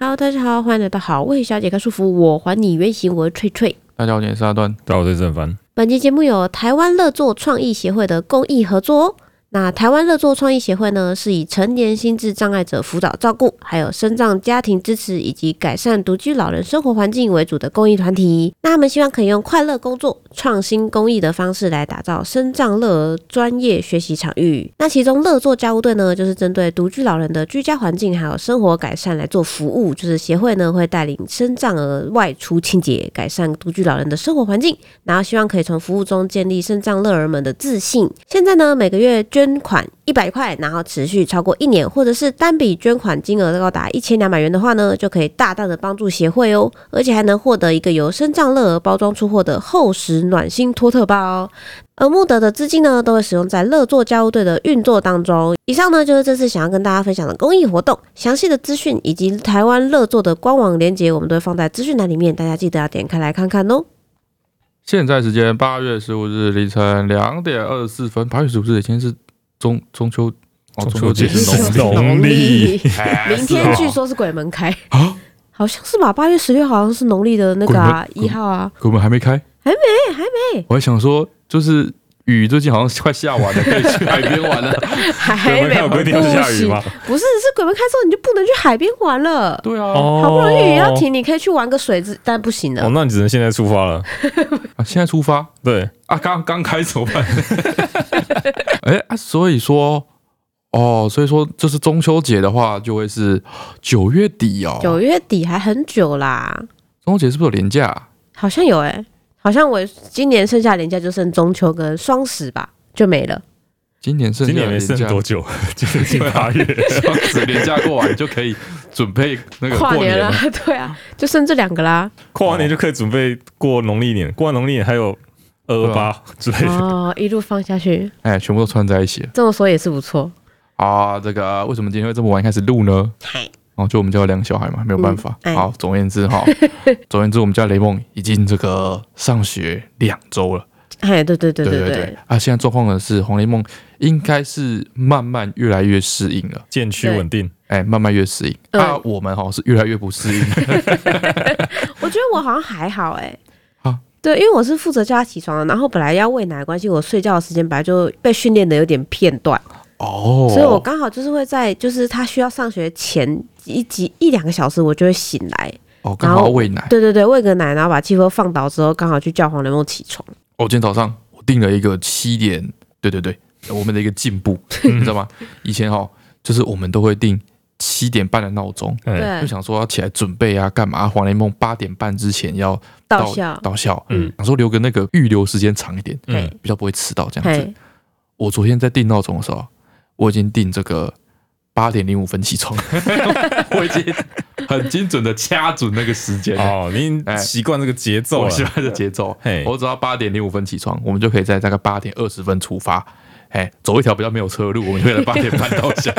Hello，大家好，欢迎来到好味小姐告诉服，我还你原形，我是翠翠。大家好，我是阿段。大家好，我是郑凡。本期节目有台湾乐作创意协会的公益合作哦。那台湾乐作创意协会呢，是以成年心智障碍者辅导照顾，还有身障家庭支持以及改善独居老人生活环境为主的公益团体。那他们希望可以用快乐工作、创新公益的方式来打造身障乐儿专业学习场域。那其中乐作家务队呢，就是针对独居老人的居家环境还有生活改善来做服务，就是协会呢会带领身障儿外出清洁，改善独居老人的生活环境。然后希望可以从服务中建立肾脏乐儿们的自信。现在呢，每个月捐款一百块，然后持续超过一年，或者是单笔捐款金额高达一千两百元的话呢，就可以大大的帮助协会哦，而且还能获得一个由肾脏乐儿包装出货的厚实暖心托特包。而募得的资金呢，都会使用在乐作家务队的运作当中。以上呢，就是这次想要跟大家分享的公益活动，详细的资讯以及台湾乐作的官网链接，我们都会放在资讯栏里面，大家记得要点开来看看哦。现在时间八月十五日凌晨两点二十四分。八月十五日已经是中中秋哦，中秋秋节是农历，农历，哎明天是据哦说是鬼门开啊，好像是吧？八月十六好像是农历的那个啊鬼门一号啊，可我们还没开，还没，还没。我还想说，就是雨最近好像快下完了，可以去海边玩 了。 还有没有规定要下雨吗？不是，是鬼门开之后你就不能去海边玩了。对啊，哦好不容易雨要停，你可以去玩个水之，但不行哦了，。那你只能现在出发了。啊现在出发对，啊，刚刚开怎么 办？哎啊，所以说。哦，所以说就是中秋节的话，就会是九月底哦。九月底还很久啦，中秋节是不是有连假啊、好像有哎、好像我今年剩下年假就剩中秋跟双十吧，就没了。今年剩今下年没剩连假多久， 今年已经 八月，双 十连假过完就可以准备那个跨过年年啦了。， 对啊，就剩这两个啦。过完年就可以准备过农历年，过完农历年还有二二八之类的。哦，一路放下去，哎，全部都串在一起了这么说也是不错。啊！这个为什么今天会这么晚开始录呢？哦，就我们家有两个小孩嘛，没有办法。嗯哎好，总而言 之哈，总而言之，我们家雷梦已经这个上学两周了。哎，对对对对对对，啊，现在状况呢是红雷梦应该是慢慢越来越适应了。渐趋稳定，哎，慢慢越适应。嗯啊，我们哈是越来越不 适应。我觉得我好像还好哎、啊对，因为我是负责叫他起床的，然后本来要喂奶的关系，我睡觉的时间本来就被训练的有点片段，哦，所以我刚好就是会在就是他需要上学前一几一两个小时，我就会醒来。哦刚好要喂奶。对对对，喂个奶，然后把气氛放倒之后，刚好去叫黄雷梦起床。哦，今天早上我订了一个七点，对对对，我们的一个进步，你知道吗？以前哈，就是我们都会定七点半的闹钟，嗯，就对，想说要起来准备啊，干嘛、黄雷梦八点半之前要到校。到校，嗯想说留个那个预留时间长一点，嗯嘿，比较不会迟到这样子。嘿，我昨天在定闹钟的时候，我已经定这个。八点零五分起床， 我已经很精准的掐准那个时间了。哦，你已哎经习惯这个节奏我了，喜欢的节奏嘿。我只要八点零五分起床，我们就可以在大概八点二十分出发。哎，走一条比较没有车的路，我们就可以在八点半到 家。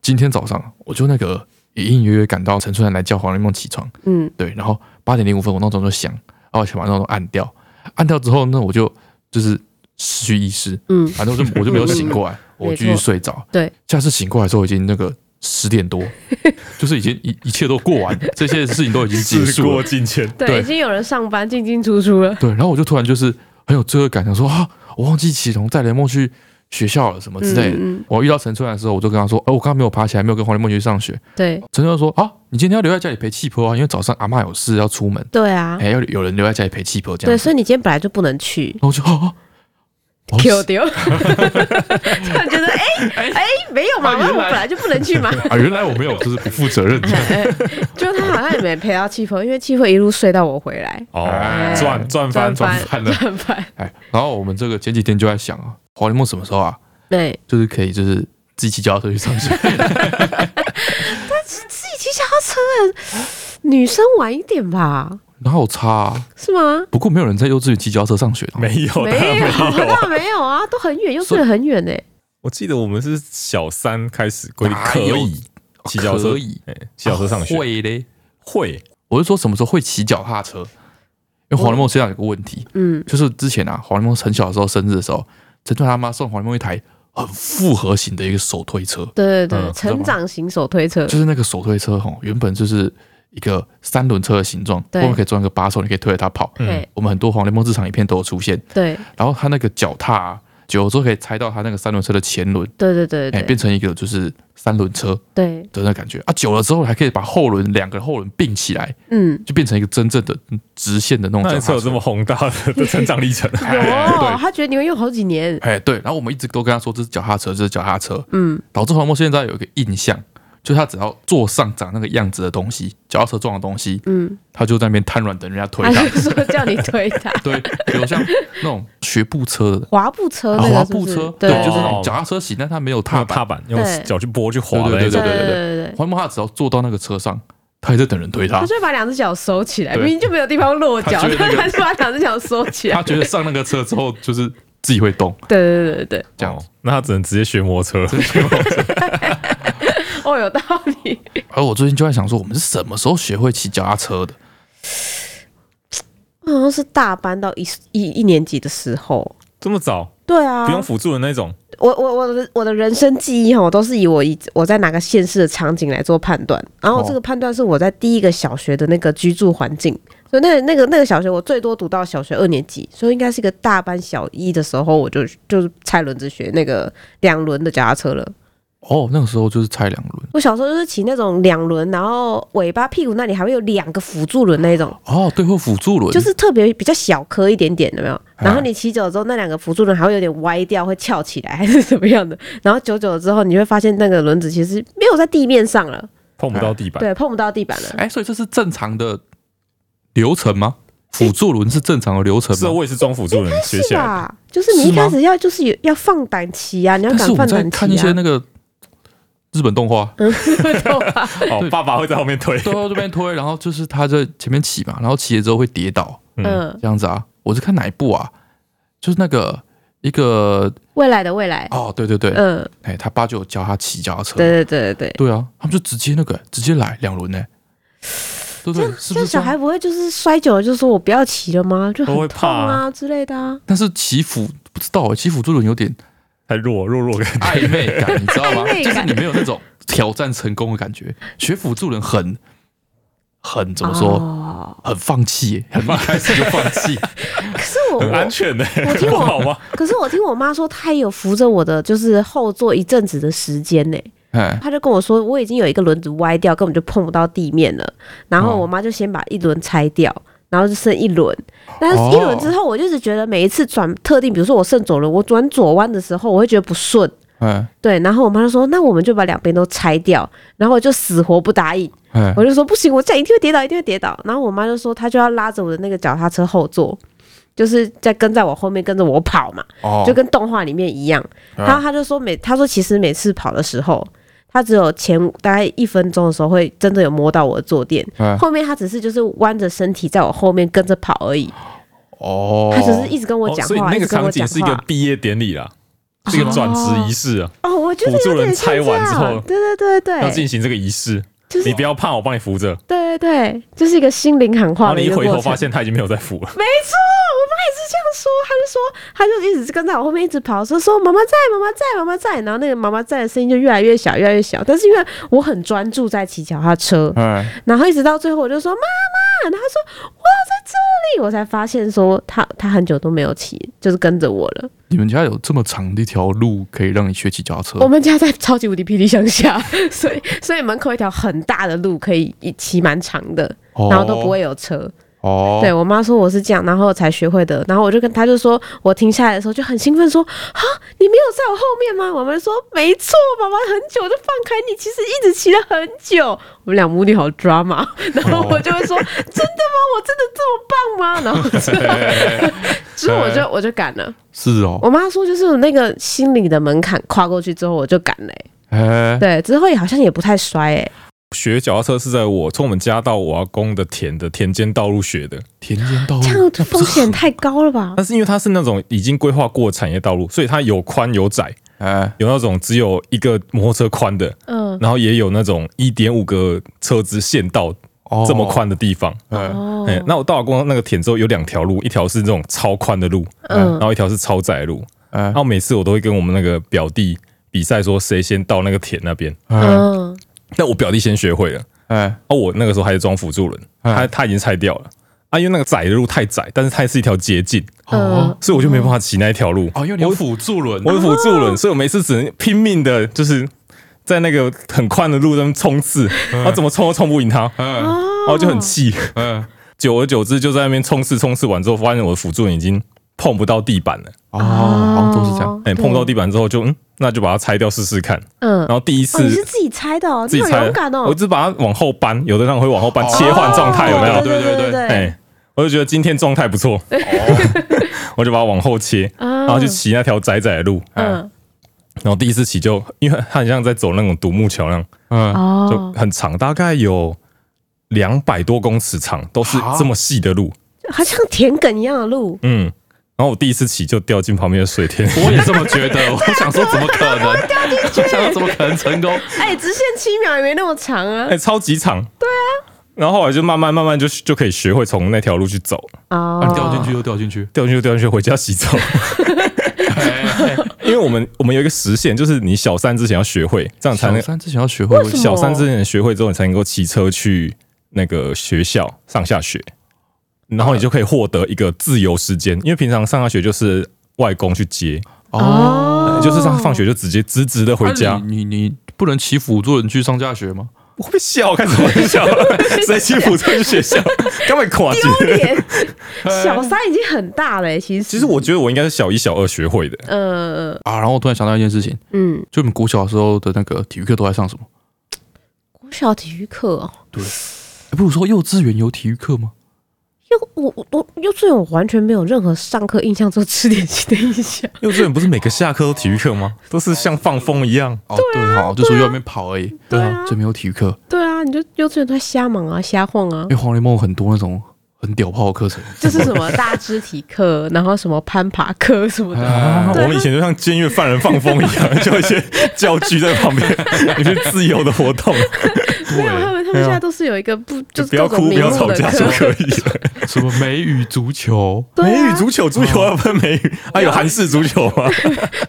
今天早上我就那个隐隐约约感到陈春兰来叫黄连梦起床，嗯，对，然后八点零五分我闹钟就响，然后我想把闹钟按掉，按掉之后呢，我就就是失去意识，嗯反正我就我就没有醒过来，我继续睡着。对，下次醒过来之后已经那个十点多， 就是已经一一切都过完，这些事情都已经结事束了过。境迁。对，对哦已经有人上班进进出出了。对，然后我就突然就是很有罪恶感，想说啊，我忘记启龙带雷梦去学校了什么之类的。嗯嗯我遇到陈春兰的时候，我就跟他说：“哦，我刚刚没有爬起来，没有跟黄雷梦去上学。对”陈春兰说：“啊，你今天要留在家里陪气婆啊，因为早上阿嬷有事要出门，对啊，哎、要有人留在家里陪气婆这对，样子。所以你今天本来就不能去。然后我就啊，啊 Q 我丢，突然觉得哎哎、没有嘛，啊那原来我本来就不能去 嘛。啊，原来我没有，就是不负责任。就他好像也没陪到气氛，因为气氛一路睡到我回 来，哦哎，转转翻转翻翻了，转翻。 哎，然后我们这个前几天就在想啊，黄雷梦什么时候啊，对，就是可以就是自己骑脚踏车去上学？ 自己骑脚踏车，女生晚一点吧，然后我擦、啊，是吗？不过没有人在幼稚园骑脚踏车上学的哦。 没有， 没当然有，没有。那没有啊，都很远，又所睡以得很远欸 呢、我记得我们是小三开始规定哪可有以骑脚车可以，哎，骑脚车上学啊会嘞。会我是说什么时候会骑脚踏车？因为黄连梦身上有个问题，嗯，就是之前啊，黄连梦很小的时候生日的时候，陈川他妈送黄连梦一台很复合型的一个手推车，对对对，嗯成长型手推车，就是那个手推车哈，原本就是一个三轮车的形状，后对面可以装一个把手，你可以推着它跑。嗯嘿我们很多黄联盟日常影片都有出现，对然后它那个脚踏、啊，久了之后可以拆到它那个三轮车的前轮，对对对哎、对对变成一个就是三轮车对，的那感觉啊。久了之后还可以把后轮两个后轮并起来， 嗯，就变成一个真正的嗯直线的那种那脚你是踏有这车。么宏大 的的成长历程？有哦，哎对他觉得你会用好几年，哎，对，然后我们一直都跟他说这是脚踏车，这是脚踏车，嗯，导致黄毛现在有一个印象，就是他只要坐上长那个样子的东西，脚踏车状的东西，嗯，他就在那边瘫软等人家推他他就。说叫你推 他对，比如像那种学步车的、滑步车啊哦那滑个是不步是，车，对，就是那哦种脚踏车型，但它没有踏踏板。踏板用对脚去拨去滑的那对对对种，对对对对。黄毛他只要坐到那个车上，他也在等人推他他。就会把两只脚收起来，对明明就没有地方落脚，他觉得但那个他是把两只脚收起来他。觉得上那个车之后就是自己会动，对对对对这样子。哦那他只能直接学摩托车。对，哦，有道理。 而我最近就在想说，我们是什么时候学会骑脚踏车的？ 好像是大班到一一一年级的时候。 这么早对啊，不用辅助的那种，我我我的我的人生记忆哈，都是以我以我在哪个县市的场景来做判断，然后哦这个判断是我在第一个小学的那个居住环境，所以那那个那个小学我最多读到小学二年级，所以应该是一个大班小一的时候，我就就是踩轮子学那个两轮的脚踏车了。哦，那个时候就是拆两轮。我小时候就是骑那种两轮，然后尾巴屁股那里还会有两个辅助轮那种，哦，对，或辅助轮，就是特别比较小颗一点点，有没有？哎然后你骑久了之后，那两个辅助轮还会有点歪掉，会翘起来还 是怎么样的？然后久久了之后，你会发现那个轮子其实没有在地面上了，碰不到地板。对，碰不到地板了。哎，所以这是正常的流程吗？辅助轮是啊正常的流程是，啊吗？我也是装辅助人学是起来的。吧？就是你一是吗开始要就是有要放胆骑啊，你要但是敢我放在胆看骑一些啊。那个日本动 画， 哦，爸爸会在后面推。都啊到这边推，然后就是他在前面骑嘛，然后骑了之后会跌倒嗯，嗯，这样子啊。我是看哪一部啊？就是那个一个未来的未来，哦，对对对，哎、嗯，他爸就有教他骑脚踏车，对对对对对啊，他们就直接那个直接来两轮呢，对。对不这对样？是这不样是这小样？孩不会就是摔久了就说我不要骑了吗？就很都会痛怕啊啊之类的啊。但是骑辅不知道欸骑辅助轮有点太弱弱弱感觉。 暧昧感，你知道吗暧？昧就是感你没有那种挑战成功的感觉。学辅助人很很怎么说？哦很放弃，很一开始就放 弃。可是我很我安全的、我听不我好吗？可是我听我妈说，她也有扶着我的，就是后座一阵子的时间呢、哎，她就跟我说，我已经有一个轮子歪掉，根本就碰不到地面了。然后哦我妈就先把一轮拆掉，然后就剩一轮。但哦是一轮之后，我就是觉得每一次转特定，比如说我剩左轮，我转左弯的时候，我会觉得不顺。哎对，然后我妈就说：“那我们就把两边都拆掉。”然后我就死活不答应，哎我就说：“不行，我这样一定会跌倒，一定会跌倒。”然后我妈就说：“她就要拉着我的那个脚踏车后座，就是在跟在我后面跟着我跑嘛。”哦，就跟动画里面一样。啊然后他就说每他说其实每次跑的时候，他只有前大概一分钟的时候会真的有摸到我的坐垫，啊哎后面他只是就是弯着身体在我后面跟着跑而已。哦，他只是一直跟我哦讲所以话，那一个直跟场我景讲是一个话。啊毕业典礼啦，是一个转职仪式啊，哦，我觉得有点像这辅助人拆完之后样。对对对要进对，行这个仪式。就是你不要怕，我帮你扶着。对对对，就是一个心灵喊然话后的一你一个过回程。头发现他已经没有在扶了，没错，我妈也是这样说。她就说，她就一直是跟在我后面一直跑，说说妈妈在，妈妈在，妈妈在。然后那个妈妈在的声音就越来越小，越来越小。但是因为我很专注在骑脚踏车，哎然后一直到最后，我就说妈妈，然后她说我在这里，我才发现说她她很久都没有骑，就是跟着我了。你们家有这么长的一条路可以让你学骑脚踏车？我们家在超级无敌霹雳乡下， 所以所以门口一条很大的路可以一骑蛮长的，哦然后都不会有车。哦，对我妈说我是这样，然后才学会的。然后我就跟她就说，我停下来的时候就很兴奋说：“啊，你没有在我后面吗？”我妈就说：“没错，妈妈很久就放开你，其实一直骑了很久。”我们俩母女好 drama。然后我就会说：“哦 真的吗？我真的这么棒吗？”然后之后 之后我就我就敢了。是哦，我妈说就是有那个心理的门槛跨过去之后，我就敢了欸、哎，对，之后也好像也不太摔哎、学脚踏车是在我从我们家到我阿公的田的田间道路学的。田间道路这样风 险太高了吧？但是因为它是那种已经规划过的产业道路，所以它有宽有窄，哎有那种只有一个摩托车宽的，嗯，然后也有那种一点五个车子线道哦这么，宽的地方。哎哦哎、，那我到阿公那个田之后有两条路，一条是这种超宽的路，嗯然后一条是超窄的路。哎然后每次我都会跟我们那个表弟比赛，说谁先到那个田那边。哎嗯，但我表弟先学会了，呃哎啊，我那个时候还是装辅助轮，嗯他他已经拆掉了啊，因为那个窄的路太窄，但是它是一条捷径，呃，所以我就没办法骑那一条路。哦，因为你有辅助轮我有辅助轮，所以我每次只能拼命的，就是在那个很宽的路上冲刺，我怎么冲都冲不赢他，嗯然后就很气。嗯久而久之，就在那边冲刺，冲刺完之后，发现我的辅助轮已经碰不到地板了。哦，好像都是这样。哎、碰到地板之后就嗯，那就把它拆掉试试看。哦嗯然，后第一次哦，你是自己猜的哦，自己你好拆勇敢的，哦，我只把它往后搬，有的让会往后搬，哦切换状态有没有哦？对对对对哦哎、我就觉得今天状态不错， 我就把它往后切，啊然后哎去骑那条窄窄的路。嗯然后第一次骑就，因为它很像在走那种独木桥那样，嗯，哦就，很长，大概有两百多公尺长，都是啊这么细的路。好像田埂一样的路，嗯，然后我第一次骑就掉进旁边的水田里， 我也这么觉得。我想说，怎么可能？我想说，怎么可能成功？ 哎，直线七秒也没那么长啊 哎、，超级长。对啊。然后后来就慢慢慢慢就就可以学会从那条路去走，哦啊，掉进去，就掉进去。掉进去就掉进去，回家洗澡。 哎 因为我们我们有一个时限，就是你小三之前要学会，这样才小能三之前要学会为什么小三之前学会之后，你才能够骑车去那个学校上下学，然后你就可以获得一个自由时间，因为平常上下学就是外公去接，哦。哦就是上放学就直接直直的回家啊。你你你不能骑辅助轮去上下学吗？我会笑，开什么玩 笑？谁欺负这去学校？干嘛垮机？丢 脸，小三已经很大了，欸其实其实我觉得我应该是小一、小二学会的，呃啊，然后我突然想到一件事情，嗯，就我们国小的时候的那个体育课都在上什么？国小体育课哦，哎不如说幼稚园有体育课吗？幼我我我幼稚园我完全没有任何上课印象，只有吃点心的印象。幼稚园不是每个下课都体育课吗？都是像放风一样。哦，对哈，就说要外面跑而已，对啊所以没有体育课。 对啊，你就幼稚园都在瞎忙啊，瞎晃啊 因为，黄雷梦有很多那种很屌炮的课程，就是什么大肢体课，然后什么攀爬课什么的。啊啊，我们以前就像监狱犯人放风 一样，就有一些教具在旁边，有些自由的活动，没有，他们他们现在都是有一个不就就是哎不要各种哭，不名要目吵的架课就可以了。什么美语足球， 对啊美语足球，足球要分美语，还有韩式足球啊吗？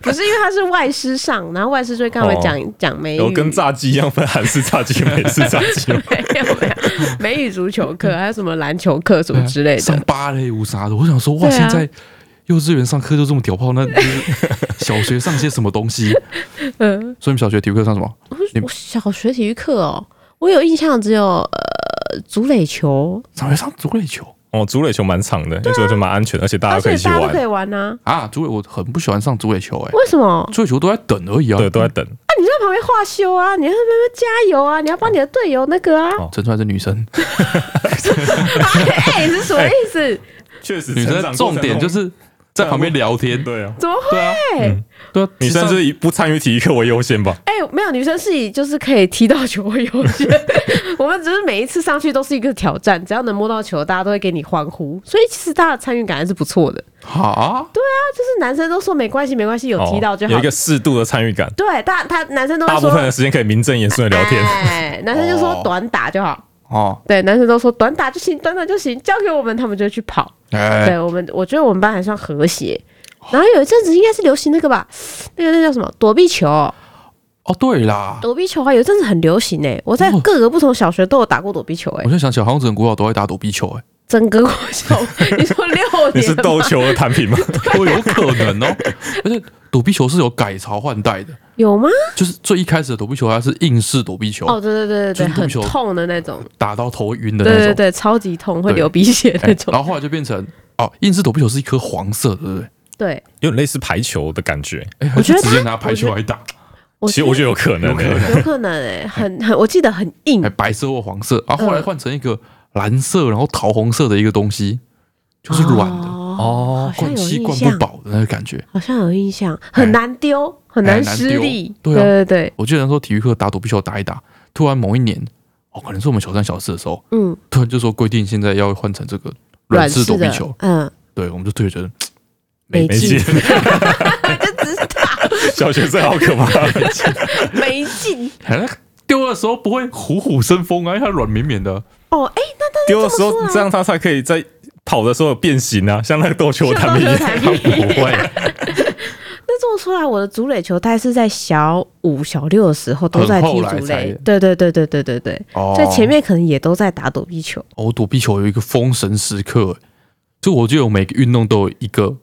不是因为他是外师上，然后外师就会跟他们讲讲美语，哦有跟炸鸡一样分韩式炸鸡、美式炸 鸡吗？没有没有美语足球课，还有什么篮球课什么之类上的。芭蕾舞啥的。我想说，哇，哎对啊现在幼稚园上课就这么屌炮，那 就是小学上些什么东西？嗯，所以你们小学体育课上什么？我你我小学体育课哦，我有印象只有呃足垒球，小学上足垒球哦，足垒球蛮长的，因为足垒球蛮安全的，而且大啊而家啊可且以一起大家都可玩。以玩呐、啊，足垒我很不喜欢上足垒球，哎，为什么？足垒球都在等而已啊。对，都在等。啊，你在旁边画修啊，你在旁边加油啊，你要帮你的队友那个啊，哦陈川是女 生， 哎、你是什么意思？确实，女生的重点就是在旁边聊 天。对啊，怎么会？对啊，嗯对啊，女生就是以不参与体育课为优先吧。哎、没有，女生是以就是可以踢到球为优先， 我们只是每一次上去都是一个挑战，只要能摸到球，大家都会给你欢呼，所以其实大家的参与感还是不错的。啊，那就是男生都说没关系，没关系，有踢到就哦好。有一个适度的参与感，对，大他男生都会大部说分，的时间可以名正言顺的聊天。哎，男生就说哦短打就好。哦，对，男生都说短打就行，短打就行，交给我们，他们就去跑。哎，对我们，我觉得我们班还算和谐。哦然后有一阵子应该是流行那个吧，那个那叫什么躲避球，哦，对啦，躲避球啊，有一阵子很流行诶、我在哦各个不同小学都有打过躲避球诶、欸我现在想起来，好像整个国小都在打躲避球，哎，整个国小，你说六你是年吗斗球的产品吗？我有可能哦， 而且躲避球是有改朝换代的，有吗？就是最一开始的躲避球它是硬式躲避球，哦，对对对对对，就是躲很避球痛的那种，打到头晕的对那对种，对，超级痛，会对流鼻血哎那种。然后后来就变成哦，硬式躲避球是一颗黄色的，对不对？对，有点类似排球的感觉，哎，我还觉是得它直接拿排球来打，我其实我觉得有可能、欸，有可能诶、很很，我记得很硬哎，，白色或黄色，嗯然后后来换成一个蓝色，然后桃红色的一个东西，就是软的，哦，好像灌有气印灌不象，饱的那个感觉。好像有印象，很难丢，很难施力，对哎难丢对对对，我记得那时候体育课打躲避球打一打，突然某一年，哦，可能是我们小三小四的时候，嗯，突然就说规定现在要换成这个软软式式躲避的球，，嗯，对，我们就突然觉得 没没劲 劲，，就只是打小学生好可怕。没劲哎丢的时候不会虎虎生风啊，因为它软绵绵的。哦，哎，丢的时候这样他才可以在跑的时候有变形啊，像那个斗球秀的产到品一这样。才不会，出来我的竹垒球，大概是在小五、小六的时候都在踢很竹后来才垒，对对对对对对对，哦在前面可能也都在打躲避球，哦，我躲避球有一个封神时刻，就我觉得我每个运动都有一个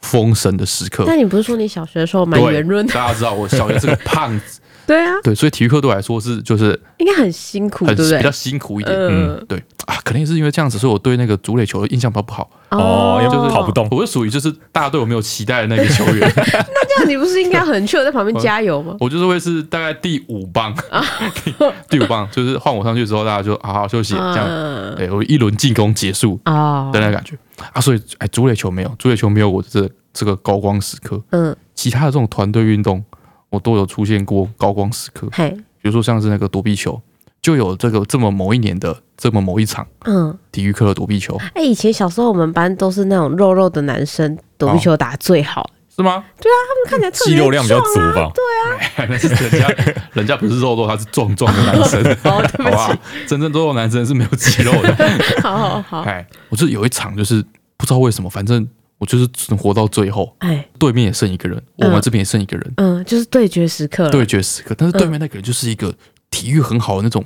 封神的时刻。那你不是说你小学的时候蛮对，圆润的？大家知道我小学是个胖子， 对啊，对，所以体育课对我来说是就是应该很辛苦，很对不比较对？辛苦一点。嗯，对啊，可能也是因为这样子，所以我对那个足垒球的印象比较不好。哦，要就是跑不。动，我是属于就是大家对我没有期待的那个球 员，这样你不是应该很 chill 在 哦旁边加油吗？我就是会是大概第五 棒，啊 第五棒就是换我上去之后，大家就好好休息，这样。嗯，对我一轮进攻结束哦的，那个感觉啊，所以哎，足垒球没有，足垒球没有我这这个高光时刻。嗯，其他的这种团队运动，我都有出现过高光时刻，嘿，比如说像是那个躲避球，就有这个这么某一年的这么某一场嗯，体育课的躲避球，哎，以前小时候我们班都是那种肉肉的男生，躲避球打最好，是吗？他们嗯看起来特别肌肉量比较足壮啊吧？ 那是人家，人家不是肉肉，他是壮壮的男生，哦，对好不好不？真正肉肉男生是没有肌肉 的。起， 好好好，哎， 我就有一场，就是不知道为什么，反正我就是只活到最后，哎，对面也剩一个人，我嗯们这边也剩一个人，嗯，就是对决时刻了，对决时刻。但是对嗯面那个人就是一个体育很好的那种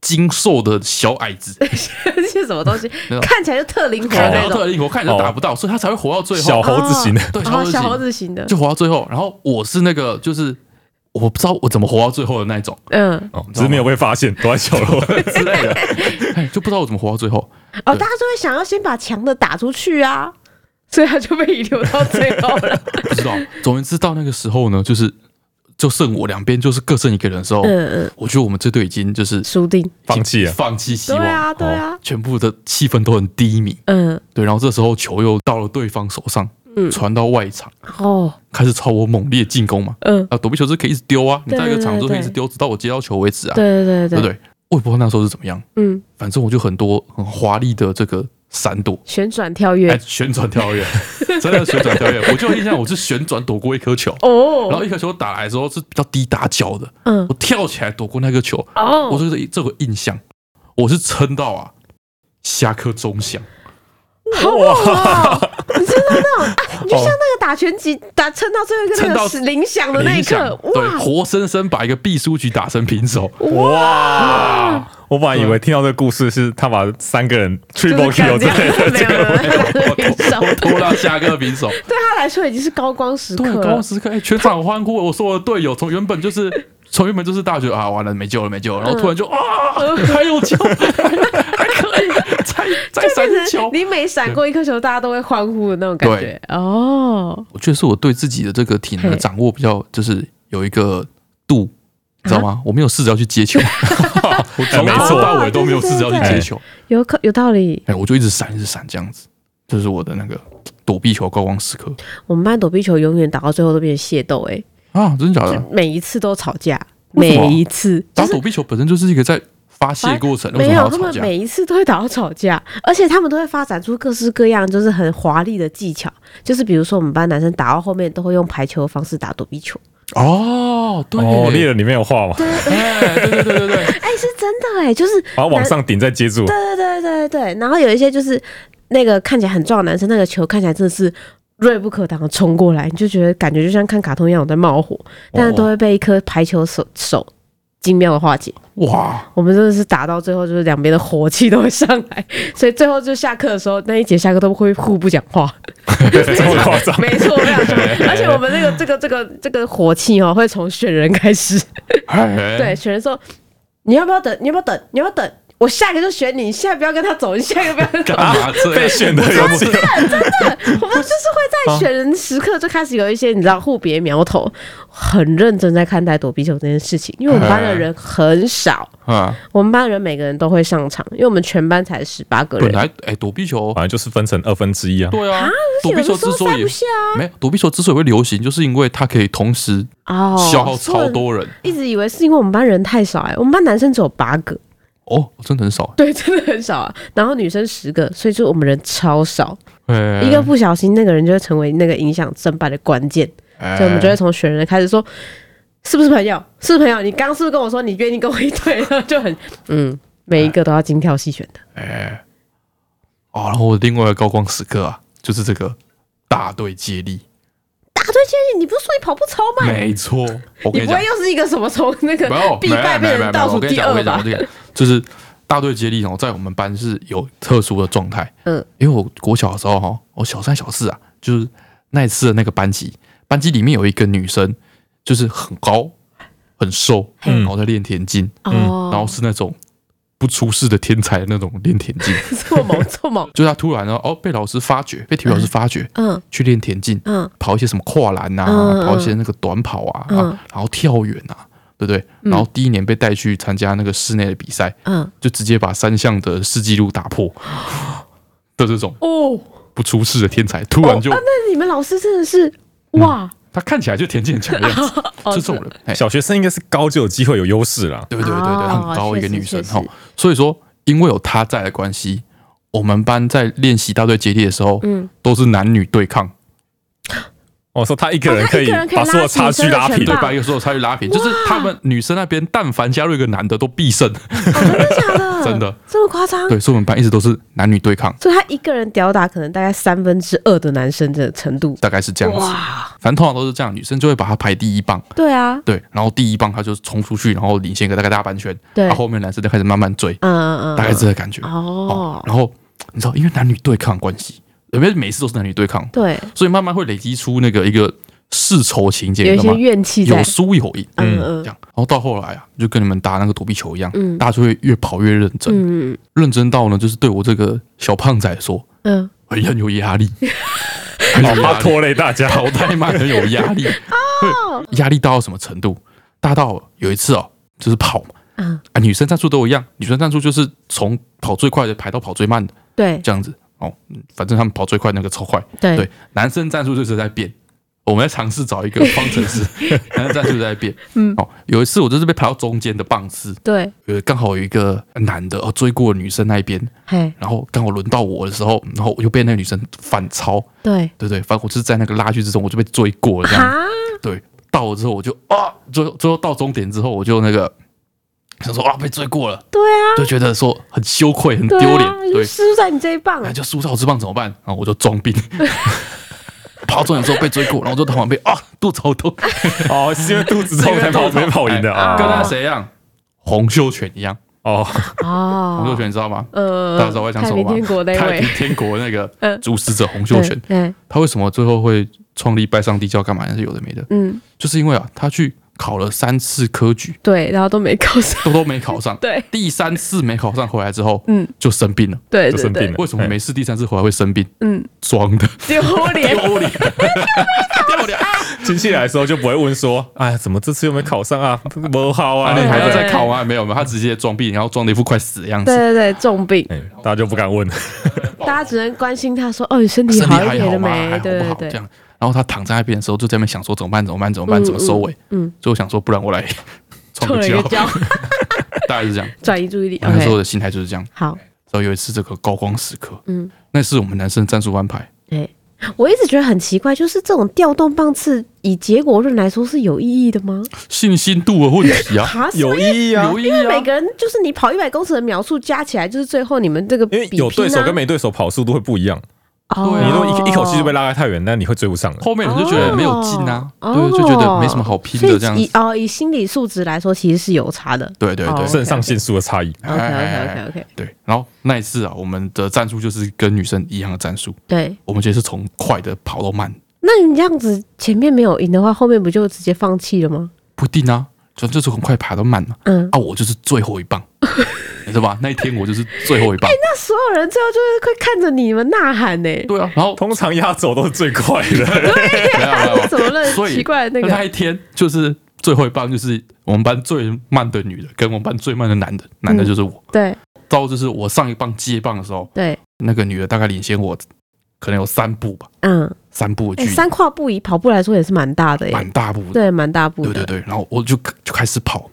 精瘦的小矮子， 这些什么东西那种，看起来就特灵活看的到那特种，灵活，看起来就打不到，所以他才会活到最 哦小后。猴子型的，对，然后哦小小猴猴子子型的，就活到最后。然后我是那个就是。我不知道我怎么活到最后的那 一种嗯，哦，只是没有被发现，躲在角 落。之类的，哎，就不知道我怎么活到最后。哦，对大家就会想要先把强的打出去啊，所以他就被遗留到最后 了。不知道。总而言之，到那个时候呢，就是就剩我两边就是各剩一个人的时候，嗯嗯，我觉得我们这队已经就是输定。放弃了放弃希对望，哦啊，对啊，全部的气氛都很低迷。嗯，对，然后这时候球又到了对方手上，嗯传到外场，哦，开始朝我猛烈进攻嘛。嗯，啊，躲避球是可以一直丢啊，你对在一个场对就可以一对直丢，直到我接到球为止啊，对对对对不对，对？我也不知道那时候是怎么样，嗯，反正我就很多很华丽的这个闪躲。旋转跳哎，跃，旋转 跳跃，真的旋转跳跃！我就有印象，我是旋转躲过一颗球，然哦，后一颗球打来的时候是比较低打脚的，嗯我，跳起来躲过那个球，我哦，说这这有个印象，我是撑到啊下课钟响，好猛哦！ 你知道那种，啊，你就像那个打拳击打撑到最后一个哦撑那到个铃响的那一铃响刻，对，哇活生生把一个必输局打成平 手，哇！ 我本来以为听到这个故事是他把三个人 triple 就是 kill 哦干之掉类的，没有结没有果没没有。有没有我拖到下课平 手，对他来说已经是高光时刻对，高了光。时刻，哎，全场欢呼，我说我的队友从原本就是。从原本就是大学啊，完了没救了没嗯救了，然后突然就啊，还有球， 还可以，再再就三变球成，你每闪过一颗球，大家都会欢呼的那种感觉。哦，我觉得是我对自己的这个体能的掌握比较，就是有一个度，你知道啊吗？我没有试着要去 接球，我从哎没头错哎到尾都没有试着要去接球，有可有道理。哎，我就一直闪，一直闪，这样子，就是我的那个躲避球高光时刻我们班躲避球永远打到最后都变成械斗、欸，啊！真的假哎的，？每一次都吵架，为每什么一次打就是躲避球本身就是一个在发泄过程，为没什么有，要他吵们架？每一次都会打到吵架，而且他们都会发展出各式各样，就是很华丽的技巧，就是比如说我们班男生打到后面都会用排球的方式打躲避球，哦，对，哦，猎了，人里面有画嘛，哎，对对对对对，哎、是真的哎、就是把它往上顶再接住，对对对对对，然后有一些就是那个看起来很壮的男生，那个球看起来真的是锐不可挡的冲过来，你就觉得感觉就像看卡通一样我在冒火，但是都会被一颗排球手手精妙的化解。 哇，我们真的是打到最后，就是两边的火气都会上来， 所以最后就下课的时候，那一节下课都会互不讲话。 这么夸张。没错，非常凶而且我们这个这个这个这个火气哦，会从选人开始。哎，对，选人说你要不要等？你要不要等？你要不要等？我下一个就选你，你现在不要跟他走，你下一个不要跟他走。干嘛 这样被选的有几个？我们就是会在选啊人时刻就开始有一些你知道互别苗头，很认真在看待躲避球这件事情，因为我们班的人很少，啊？我们班的人每个人都会上场，因为我们全班才十八个本人。来哎，躲避球反正就是分成二分之一啊。对啊，躲有避的时球候之所以塞不下没有躲避球之所以会流行，就是因为它可以同时哦，消耗超多人一直以为是因为我们班人太少哎、我们班男生只有八个， 哦，真的很少。对，真的很少啊。然后女生十个，所以就我们人超少，哎一个不小心那个人就会成为那个影响胜败的关键。哎所以嗯我们就会从选人开始说，是不是朋友？是不是朋友？你刚刚是不是跟我说你愿意跟我一对？ 就很嗯，每一个都要精挑细选的。哎哦，然后我另外一个高光时刻啊，就是这个大队接力，打退前你不是说你跑步超慢？没错，我你跟不讲会，又是一个什么从那 个没有，必没败有，没有，变没成有没有，倒我数跟你第讲，我二跟你讲，我吧？跟你讲，就是大队接力哦，在我们班是有特殊的状态。嗯，因为我国小的时候哈，我小三小四啊，就是那一次的那个班级，班级里面有一个女生，就是很高很瘦，嗯然后在练田径，然后哦，是那种不出世的天才的那种练田 径，这么猛，这么猛，就是她突然呢，哦，被老师发觉，被体育老师发觉，嗯去练田径， 嗯跑一些什么跨栏啊，嗯嗯跑一些那个短跑啊，嗯啊然后跳远啊，对不对？然后第一年被带去参加那个室内的比赛，嗯，就直接把三项的世纪录打破 的这种哦，不出世的天才，突然就、哦啊那你们老师真的是嗯哇，他看起来就田径很强的样子， 哦就这种人，哎，小学生应该是高就有机会有优势啦。对对对对，哦很高一个确实女生确实哈，所以说因为有她在的关系，我们班在练习大队接力的时候，嗯都是男女对抗，我说他一个人可哦他以一个人可以把所有差距拉拉起平真，对的吧？有时候差距拉平，就是他们女生那边，但凡加入一个男的都必胜，哦真的假的？ 真的这么夸张？对，所以我们班一直都是男女对抗，所以他一个人吊打可能大概三分之二的男生的程度。大概是这样子。哇，反正通常都是这样，女生就会把她排第一棒，对啊，对，然后第一棒她就冲出去，然后领先个大概大半圈，对，然后嗯后面男生就开始慢慢追，嗯嗯，大概是这个感觉。哦，然后你知道，因为男女对抗关系，因为每次都是男女对抗，对，所以慢慢会累积出那个一个世仇情节，有一你知道些吗？怨气在有，输有赢，嗯这嗯样。然后到后来啊，就跟你们打那个躲避球一样，嗯大家就会越跑越认真，嗯认真到呢，就是对我这个小胖仔说，嗯，很很有 压力，很好哦有压力怕哦拖累 大家。跑太慢很有压 力，哦会压力大到什么程度？大到有一次哦，就是跑嘛嗯啊，女生战术都一样，女生战术就是从跑最快的排到跑最慢的对这样子哦，嗯反正他们跑最快那个超快，对对，男生战术就是在变。我们在尝试找一个方程 式，男生战术在变。嗯，哦，有一次我就是被排到中间的棒次，对，有刚好有一个男的哦追过女生那一边，嘿，然后刚好轮到我的时候，然后我就被那个女生反超，对，对不对？反正我就是在那个拉锯之中，我就被追过了这样。哈，对，到了之后我就啊，最后最后到终点之后，我就那个想说啊，被追过了，对啊，就觉得说很羞愧、很丢对脸啊，，就对，哎输在你这一棒那，就输到我这棒怎么办？然后我就装 病，跑到终点之后被追过，然后我就躺旁边啊，肚子好 痛，哦，是因为肚子痛才跑没跑赢的哎啊？跟那谁一样，洪秀全一样，哦，哦洪秀全你知道吗？呃，大家知道我在讲什么吗太平天国那太位平，天国那个 嗯主使者洪秀全，对，哎他为什么最后会创立拜上帝教干嘛？那是有的没的，嗯，就是因为啊，他去考了三次科举，对，然后都没考上，都都没考上。对第三次没考上回来之后，嗯，就生病了。 对就对生病对了，为什么没事？第三次回来会生病？嗯，装的，丢脸， 丢脸，丢脸！亲戚来的时候就不会问说， 哎呀，怎么这次又没考上啊？不好啊，啊，你还要对再考吗？没有没有，他直接装病，然后装的一副快死的样对子。对对，重病，哎，大家就不 敢问。大家只能关心他说，哦，你身体哦身体好一还点好了吗？还没？好对不对好？对这。样，然后他躺在那边的时候，就在那边想说怎么办？怎么办？怎么办？嗯怎么收尾？嗯，所以我想说，不然我来创错了一个教，教，大概是这样。 转移注意 力。那时候 OK，的心态就是这样。好，然后有一次这个高光时刻，嗯，那是我们男生战术安排，对哎我一直觉得很奇怪，就是这种调动棒次以结果论来说是有意义的吗？信心度的问题啊，哈，有意义啊有，意义啊每。个人就是你跑一百公尺的秒数加起来，就是最后你们这个因为比有对拼手啊跟没对手跑速度会不一样。哦对啊你如果一一口气就被拉开太远，那你会追不上的。后面人就觉得没有劲啊，哦对，就觉得没什么好拼所的以这样以子。哦，以心理素质来说，其实是有差的。对对哦对，肾上腺素的差异，哎 OK 哎 OK 哎 OK OK，对。然后那一次啊，我们的战术就是跟女生一样的战术，对。我们其实是从快的跑到慢，那你这样子前面没有赢的话，后面不就直接放弃了吗？不一定啊，就就是很快爬到慢嘛。嗯，啊，我就是最后一棒，你知道吧？那一天我就是最后一棒，那所有人最后就是会看着你们呐喊呢、对啊。然后通常压轴都是最快的。没有没有没有，怎么了？啊所以奇怪的那那个一天就是最后一棒，就是我们班最慢的女的跟我们班最慢的男的，男的就是我。对到就是我上一棒接棒的时候，对，那个女的大概领先我可能有三步吧，嗯，三步的哎、距离，三跨步以跑步来说也是蛮大的耶，蛮大步的。对，蛮大步对的，对对，然后我就就开始跑，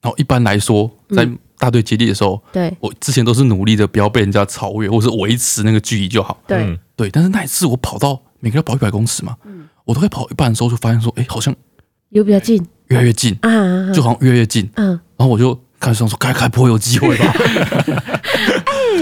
然后一般来说在大队接力的时候，嗯对我之前都是努力的不要被人家超越，或是维持那个距离就好。对嗯，对，但是那一次我跑到每个人跑一百公尺嘛，嗯我都会跑一半的时候就发现说，哎，好像有比较近越来越近，啊啊，啊就好像越来越近，嗯， 然后我就开始想说，该该不会有机会吧？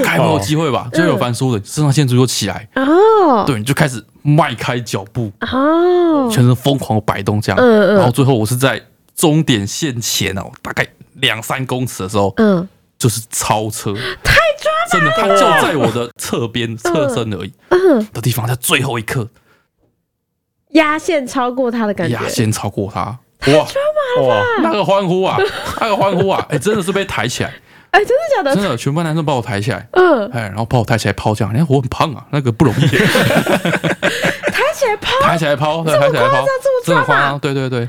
还没有机会吧？就有凡说的，肾上腺素又起来，哦对，你就开始迈开脚步，哦，全身疯狂摆动这样。嗯嗯然后最后我是在终点线前哦，大概两三公尺的时候，嗯，啊就是超车，太抓真的，他就在我的侧边侧身而已嗯的地方，在最后一刻压线超过他的感觉压，线超过他，哇！ 哇，那个欢呼啊，嗯那个欢呼啊，哎、真的是被 抬起来，哎，真的假真的？的，全班男生把我抬起来，嗯，哎，然后把我抬起来抛这样，你看我很胖啊，那个不容易，抬起来抛，抬起来抛，对，抬起来抛，这真么夸张这么啊夸张的夸张，对对对，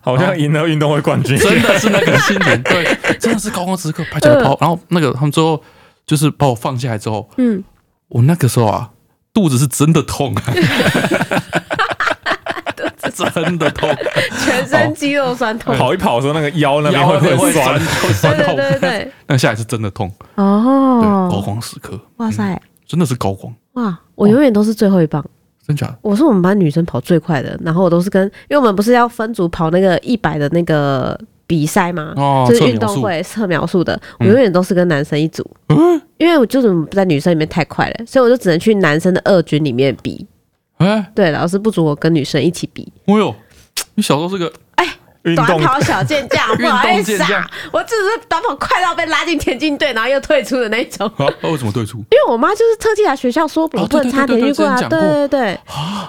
好像赢了运动会冠军，真的是那个心 情，对，真的是高光时刻，抬起来抛，然后那个他们最后就是把我放下来之后，嗯，我那个时候啊，肚子是真的痛、啊。真的痛，全身肌肉酸痛，跑一跑的时候那个腰那边腰会那边会会酸酸，，会对酸对痛。对对，那下来是真的痛，对，嗯高哦，光时刻，哇塞，真的是高光，哇，我永远都是最后一棒。真假的？我是我们班女生跑最快的，然后我都是跟，因为我们不是要分组跑那个一百的那个比赛吗？哦就是测运秒动数嗯会测秒数的，我永远都是跟男生一组，因为我就是在女生里面太快了，所以我就只能去男生的二军里面比。哎，对，老师不准我跟女生一起比，哦呦，你小时候是个运短动跑小健将，不好意思 运动健啊将，我只是短跑快到被拉进田径队，然后又退出的那一 种。啊，为什么退出？因为我妈就是特地来学校说，我哦不能插对田对对对径棍啊，之前对讲过哦对对，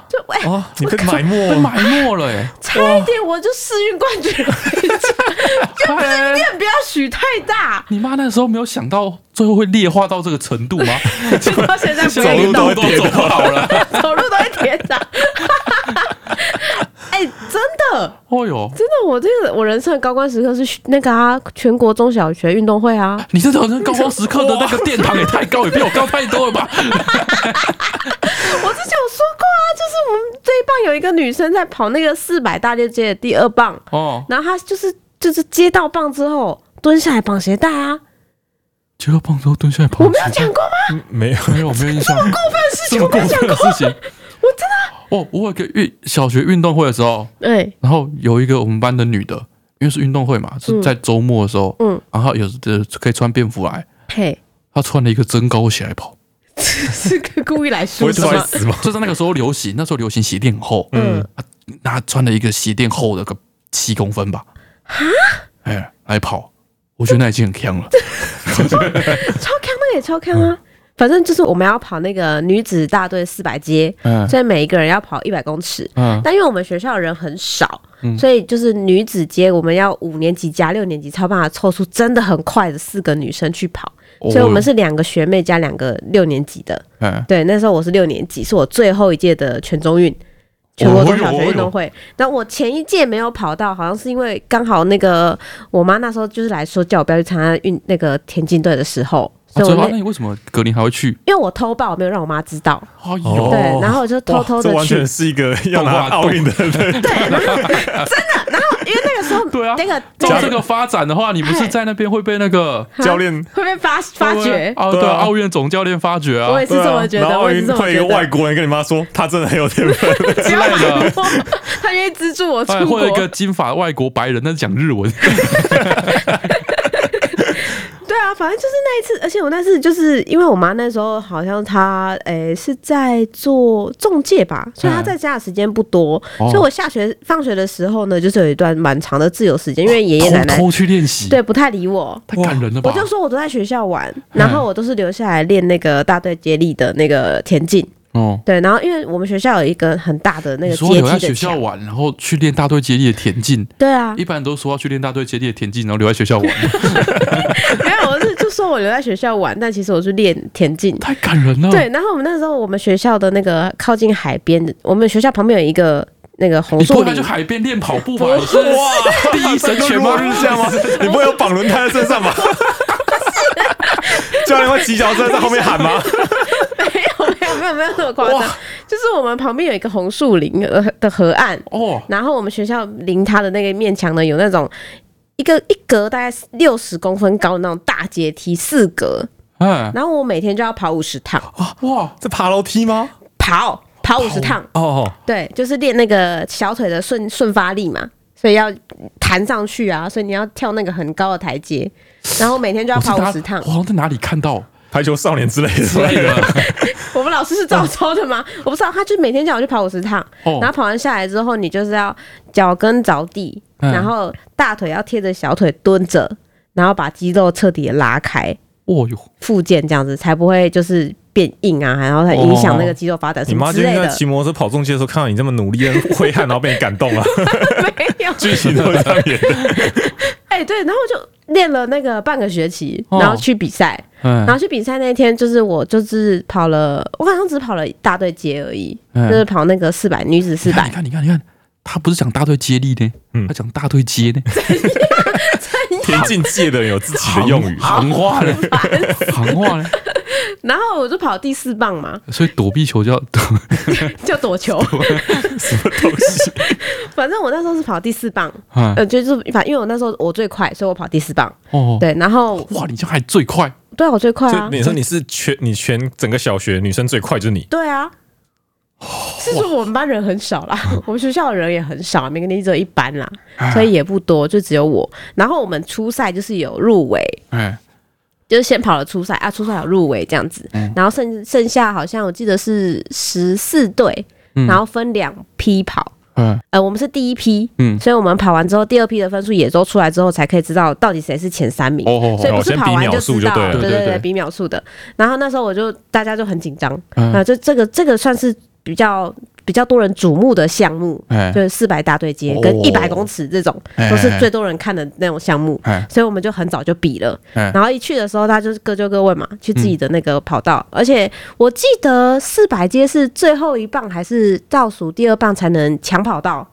就哎、啊，你被埋没被了，埋没了哎！差一点我就世运冠军了，我跟你讲就不是你也不要许太 ，大你妈那时候没有想到最后会劣化到这个程度吗？就到现 在不走要路运都动，都走不好了。 走路都会跌倒。 哎、真的，哦呦，真的，我这个我人生的高光时刻是那个啊，全国中小学运动会啊，你这种人高光时刻的那个殿堂也太高，也比我高太多了 吧？我之前有说过啊，就是我们这一棒有一个女生在跑那个四百大链接的第二棒，哦，然后她就是就是接到棒之后蹲下来绑鞋带啊，接到棒之后蹲下来跑，我没有讲过吗？嗯 没有，没有，我没有印象。 这么过分的事情，我真的哦，我有一个运小学运动会的时候，哎、然后有一个我们班的女的，因为是运动会嘛，是在周末的时候，嗯然后有的可以穿便服来，嘿，她穿了一个增高鞋来跑， 是故意来不输 会的摔吗？死吗？就是那个时候流行，那时候流行鞋垫很厚，嗯嗯，那她穿了一个鞋垫厚的个七公分吧，啊，哎，来跑，我觉得那已经很强了，超康那个也超康啊。反正就是我们要跑那个女子大队四百阶，嗯所以每一个人要跑一百公尺。嗯，但因为我们学校的人很少，嗯所以就是女子阶，我们要五年级加六年级才有办法凑出真的很快的四个女生去跑。哦所以我们，是两个学妹加两个六年级的。哎，对，那时候我是六年级，是我最后一届的全中运。全哦国中小学运动会，然后我前一届没有跑到，好像是因为刚好那个我妈那时候就是来说叫我不要去参加运那个田径队的时候，所以啊所我以那、啊那你为什么格林还会去？因为我偷报，我没有让我妈知道，哎 哦呦，对，然后我就偷哇偷的这完去，全是一个要拿奥 运的人，因为那个时候对啊那个那照个这个发展的话，你不是在那边会被那个啊教练 会被发发觉，哦，对对啊啊，奥运总教练发觉啊我，也是对啊这么觉然得，后我奥也是运这么会一觉个外得，国人跟你妈说，他真的很 有天分，只要之类的买过， 他愿意资助我出哎，或国者一，个金发外国白人，但是讲日文，对啊，反正就是那一次，而且我那次就是因为我妈那时候好像她诶、是在做中介吧，所以她在家的时间不多，嗯哦所以我下学放学的时候呢，就是有一段蛮长的自由时间，因为 爷爷奶奶偷偷去练习，对不太理我。太感人了吧我？就说我都在学校玩，然后我都是留下来练那个大队接力的那个田径，哦，对，然后因为我们学校有一个很大的那你个说阶有在梯的学校墙，玩，然后去练大队接力的田径，对啊， 一般人都说要去练大队接力的田径，然后留在学校玩，没有，我是就说我留在学校玩，但其实我是练田径， 太感人了。对，，然后我们那时候我们学校的那个靠近海边的，我们学校旁边有一个那个红你不树会再去林，海边练跑步吧？你是哇，第一神拳末吗？日 这样吗？你不会有绑轮胎在身上 吧？教练会骑脚车在后面喊吗？没有没有没有没有那么夸张哇，就是我们旁边有一个红树林呃的河岸，哦，然后我们学校临它的那个面墙呢有那种。一个一格大概六十公分高的那种大阶梯，四格，哎，然后我每天就要跑五十趟，哇， 这爬楼梯吗？跑跑五十趟，哦，对，就是练那个小腿的顺顺发力嘛，所以要弹上去啊，所以你要跳那个很高的台阶，然后每天就要我是跑哪五十趟哦我。好像在哪里看到，排球少年之类之的。类 的。我们老师是照抄的 吗？我不知道，他就是每天叫我去跑五十趟，然哦后，跑完下来之后，你就是要脚跟着地，嗯然后大腿要贴着小腿蹲着，然后把肌肉彻底地拉开，哦哟，附件这样子才不会就是变硬啊，然后它影响那个肌肉发展哦你什么妈之就应类该的。骑摩托车跑中期的时候，看到你这么努力、挥汗，然后被你感动了。 没 有，剧情都是这样 演的。哎、对，然后就练了那个半个学期，哦然后去比赛，嗯然后去比赛那一天，就是我就是跑了，我好像只跑了一大队街而已，嗯就是跑那个四百女子四你百，看，你看，你看，他不是讲大队接力呢，嗯他讲大队接呢，田径界的人有自己的用语，行话 呢，行话呢，然后我就跑第四棒嘛，所以躲避球叫就躲球， 反正我那时候是跑第四棒，啊呃，就是反因为我那时候我最快，所以我跑第四棒，哦，对，然后哇，你这样还最快，对啊我最快所啊以，你说你是全你全整个小学女生最快就是你，对啊。是说我们班人很少 啦，我们学校的人也很少，每个年级只有一班啦，所以也不多，就只有我。然后我们初赛就是有入围，哎，就是先跑了初赛啊，初赛有入围这样子，嗯然后剩剩下好像我记得是十四队，嗯然后分两批跑，嗯呃，我们是第一批，嗯，所以我们跑完之后，第二批的分数也都出来之后，才可以知道到底谁是前三名。哦哦所以哦，不是先跑比完秒就数知就道，对了对对对对比秒数的。然后那时候我就大家就很紧张，啊，嗯就这个这个算是比较比较多人瞩目的项目，哎就是四百大对接哦跟一百公尺这种，哎都是最多人看的那种项目。哎所以我们就很早就比了，哎然后一去的时候，他就是各就各位嘛，去嗯自己的那个跑道。而且我记得四百阶是最后一棒还是倒数第二棒才能抢跑道？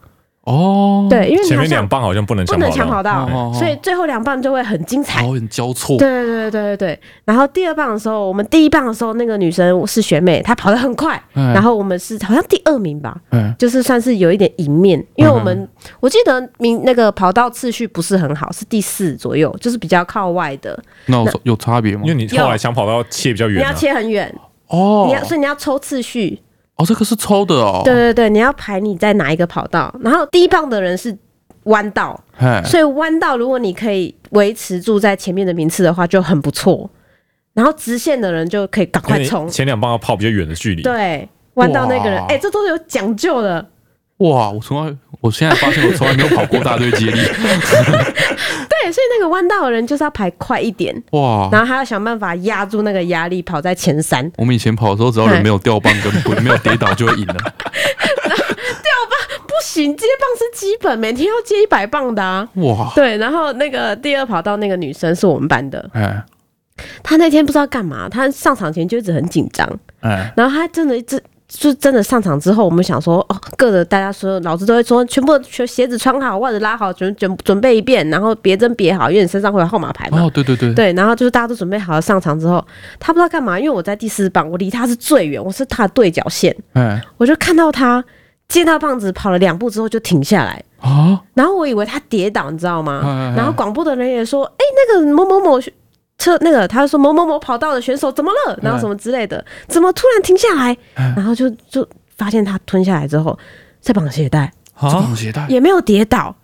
哦，对，因为你前好面两像棒好像不能不抢能跑抢跑道，道，哦哦所以最后两棒就会很精彩。哦，很交错，对对对对对对。然后第二棒的时候，我们第一棒的时候，那个女生是学妹，她跑得很快，嗯然后我们是好像第二名吧，嗯就是算是有一点赢面，因为我们、我记得明那个跑道次序不是很好，是第四左右，就是比较靠外的，那有有差别吗因为？你后来抢跑道切比较你远要啊。切很远，哦你要所以你要抽次序，哦，这个是抽的哦，对，对对，你要排你在哪一个跑道，然后第一棒的人是弯道，哎，所以弯道如果你可以维持住在前面的名次的话，就很不错。然后直线的人就可以赶因哎快为冲你，前两棒要跑比较远的距离，对，弯道那个人，哇哎、这都是有讲究的。哇，我从来，我现在发现我从来没有跑过大队接力，对，所以那个弯道的人就是要排快一点，哇， 然后还要想办法压住那个压力，跑在前三。我们以前跑的时候，只要人没有掉棒跟不没有跌倒就会赢了。不行，接棒是基本，每天要接一百磅的啊。哇，对，然后那个第二跑道那个女生是我们班的，哎她那天不知道干嘛，她上场前就一直很紧张，哎，然后她真的一直。就真的上场之后，我们想说，哦，各的大家说，老师都会说，全部全鞋子穿好，袜子拉好，准准准备一遍，然后别针别好，因为你身上会有号码牌嘛。哦，对对对，对，然后就是大家都准备好了上场之后，他不知道干嘛，因为我在第四棒，我离他是最远，我是他的对角线，哎我就看到他接到棒子跑了两步之后就停下来，啊，然后我以为他跌倒，你知道吗？哎然后广播的人也说，哎、那个某某某车，那个他就说某某某跑道的选手怎么了，然后什么之类的，怎么突然停下来？哎然后就就发现他吞下来之后在绑鞋带，这啊， 绑鞋带，也没有跌倒。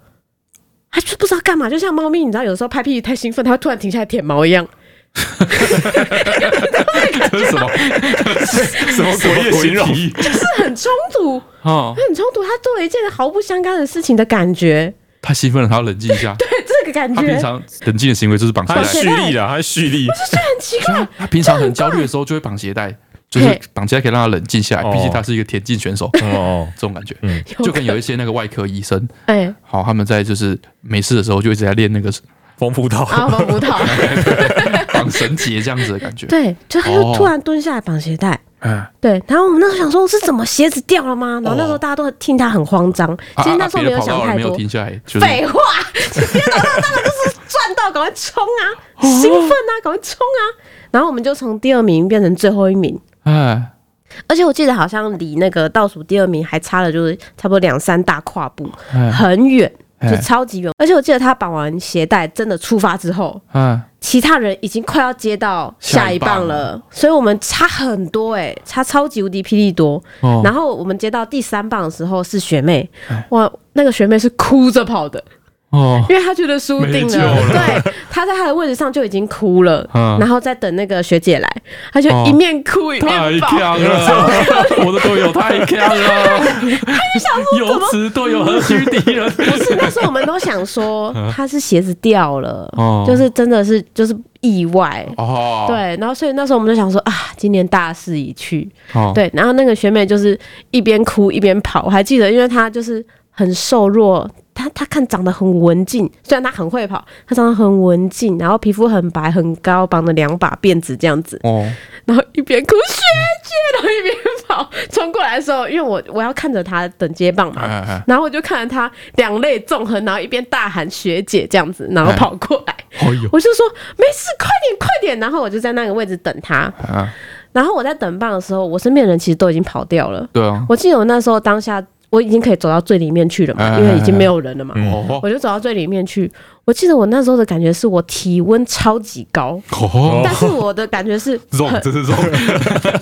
他就不知道干嘛，就像猫咪，你知道，有时候拍屁股太兴奋，它会突然停下来舔毛一样。 这是什么？什么鬼也形容？ 很冲突，啊，很冲突。他做了一件毫不相干的事情的感觉，他兴奋了，他要冷静一下。这个感他觉平常冷静的行为就是绑鞋他带，蓄力啊，他 蓄力，很奇怪。他平常很焦虑的时候就会绑鞋带，就是绑鞋带可以让他冷静下来。哦毕竟他是一个田径选手，哦，这种感觉嗯就跟有一些那个外科医生，哎，好，他们在就是没事的时候就一直在练那 个风葡萄，啊，绑葡萄，绑绳结这样子的感 觉。对，就他哦就突然蹲下来绑鞋带。嗯，对，然后我们那时候想说，是怎么鞋子掉了吗？然后那时候大家都听他很慌张，其啊实啊那时候别没的有跑想道太没有多。停下来，就是废话，跌倒那当然就是赚到，赶快冲 啊，哦兴奋啊，赶快冲啊！然后我们就从第二名变成最后一名，哎。而且我记得好像离那个倒数第二名还差了，就是差不多两三大跨步，哎很远，哎就超级远。而且我记得他绑完鞋带真的出发之后，嗯，其他人已经快要接到下一棒了，所以我们差很多哎、差超级无敌霹雳多。哦然后我们接到第三棒的时候是学妹，哇，那个学妹是哭着跑的， 哦，因为他觉得输定没救了，了对，他在他的位置上就已经哭了，嗯然后再等那个学姐来，他就哦一面哭一太面抱，强了， 我的队友太强 了，由此队友何须敌人？不是，那时候我们都想说他是鞋子掉了，哦就是真的是就是意外。 哦，对，然后所以那时候我们就想说啊，今年大势已去。哦，对，然后那个学妹就是一边哭一边跑，我还记得，因为她就是很瘦弱，她她看长得很文静，虽然她很会跑，她长得很文静，然后皮肤很白很高，绑了两把辫子这样子，哦，然后一边哭学姐，然后一边跑冲过来的时候，因为我我要看着她等接棒嘛，哎哎，然后我就看着他两肋纵横，然后一边大喊学姐这样子，然后跑过来，哎呦，我就说没事，快点快点，然后我就在那个位置等他，啊，然后我在等棒的时候，我身边的人其实都已经跑掉了，对啊，我记得我那时候当下我已经可以走到最里面去了嘛，哎因为已经没有人了嘛，哦，我就走到最里面去，我记得我那时候的感觉是我体温超级高。哦，但是我的感觉是肉，很这是肉，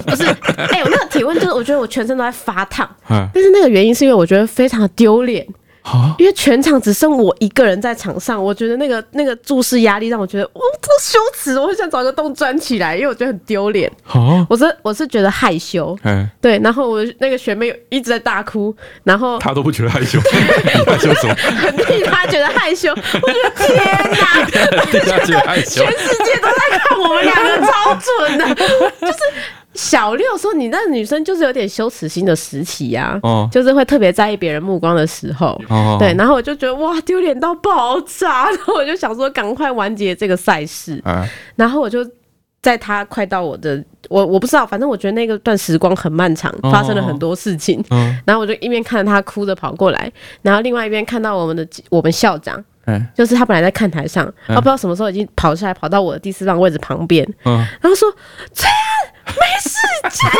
不是，哎、我那个体温就是，我觉得我全身都在发烫， 哎，但是那个原因是因为我觉得非常的丢脸，啊，因为全场只剩我一个人在场上，我觉得那个那个注视压力让我觉得我这个羞耻，我很想找一个洞钻起来，因为我觉得很丢脸。啊，我是我是觉得害羞，哎，对。然后我那个学妹一直在大哭，然 后他都不觉得害羞，你害羞什么？很替她觉得害羞。我的天哪，他觉得 害羞全，世界都在看我们两个，超准的，就是。小六说：“你那女生就是有点羞耻心的时期呀、啊，哦就是会特别在意别人目光的时候。哦，对，，然后我就觉得哇，丢脸到爆炸，然后我就想说赶快完结这个赛事，哎，然后我就在他快到我的，我我不知道，反正我觉得那个段时光很漫哦长，发生了很多事情，嗯，然后我就一边看着他哭着跑过来，然后另外一边看到我们的我们校长，哎，就是他本来在看台上，他、不知道什么时候已经跑下来，跑到我的第四棒位置旁边，嗯，然后说：“崔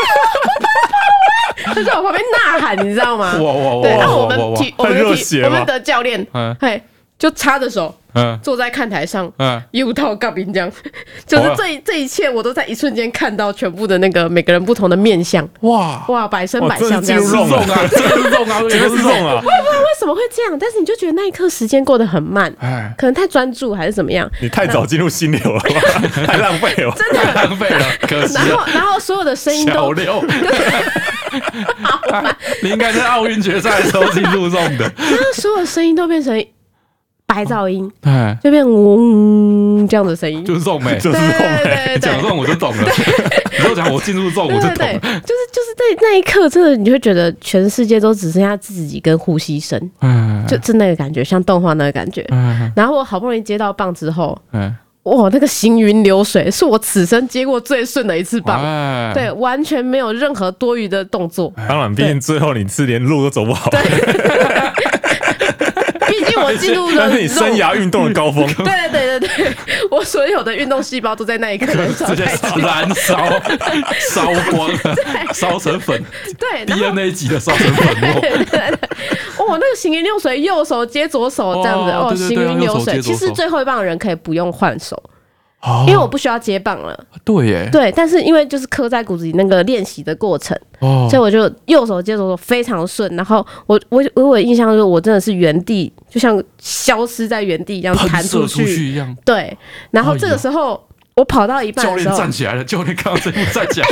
安，没事，崔安，我不跑了。”他在我旁边呐喊，你知道 吗？哇哇哇，对，然后我们体我太们热的体血我了们的教练，嗯嘿，就插着手嗯坐在看台上，嗯，一无套杠兵这样， 哦就是这一这一切我都在一瞬间看到全部的那个每个人不同的面相，哇，哇，百身哇百真的相这进样入子。肉中啊，这是中 啊，绝对是中 啊！为什么会这样？但是你就觉得那一刻时间过得很慢，哎，可能太专注还是怎么 样。你太早进入心流了 吧， 太浪费了。真的，浪费了，可惜然了后。然后所有的声音啊小都 六， 哎你应该在奥运决赛的时候进入中 的。那所有的声音都变成白噪音，哎，就变嗡这样的声音。就是中呗，就是对这种对对哎，对讲中我就懂了。你就讲我进入中我就对对对，懂了。就是就是在那一刻，真的你会觉得全世界都只剩下自己跟呼吸声，哎，就就那个感觉，像动画那个感觉。哎然后我好不容易接到棒之后，哎哇，那个行云流水，是我此生接过最顺的一次棒，哎，对，完全没有任何多余的动 作。当然，毕竟最后你是连路都走不好，毕竟我进入了， 但是你生涯运动的高峰，对对对对，我所有的运动细胞都在那一刻燃烧 直接在一起。燃 烧，烧光，烧成粉对，然后，DNA 级的烧成粉末。哦，那个行云流水，右手接左手这样子，哦哦，对对行对云流水。右手接其左手实最后一棒的人可以不用换手， 哦因为我不需要接棒了。对耶，对，但是因为就是刻在骨子里那个练习的过程，哦所以我就右手接左手非常顺。然后我我我我有印象就是我真的是原地，就像消失在原地一样弹喷射去。出去一样。对，然后哎呦这个时候、我跑到一半教的时练候，站起来了，教练看到这一幕站起来，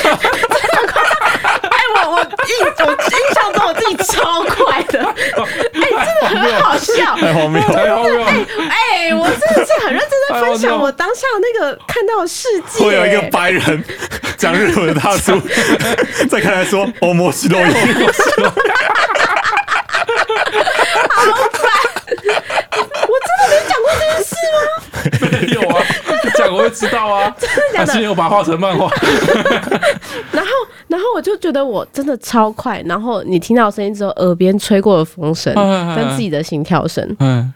哎，我我印我印象中我自己超快的，哎、真的很好笑。太 荒谬 了。哎好妙，哎、我真的是很认真在分哎享呦我当下那个看到的世界。会有一个白人讲日文的大 叔在看来说“欧摩西多伊我真的没讲过这件事哎吗？没有啊，你讲我会知道啊， 真的假还是你的？有把它画成漫画？然后，然后我就觉得我真的超快。然后你听到声音之后，耳边吹过的风声哎嗯哎哎跟自己的心跳声，嗯，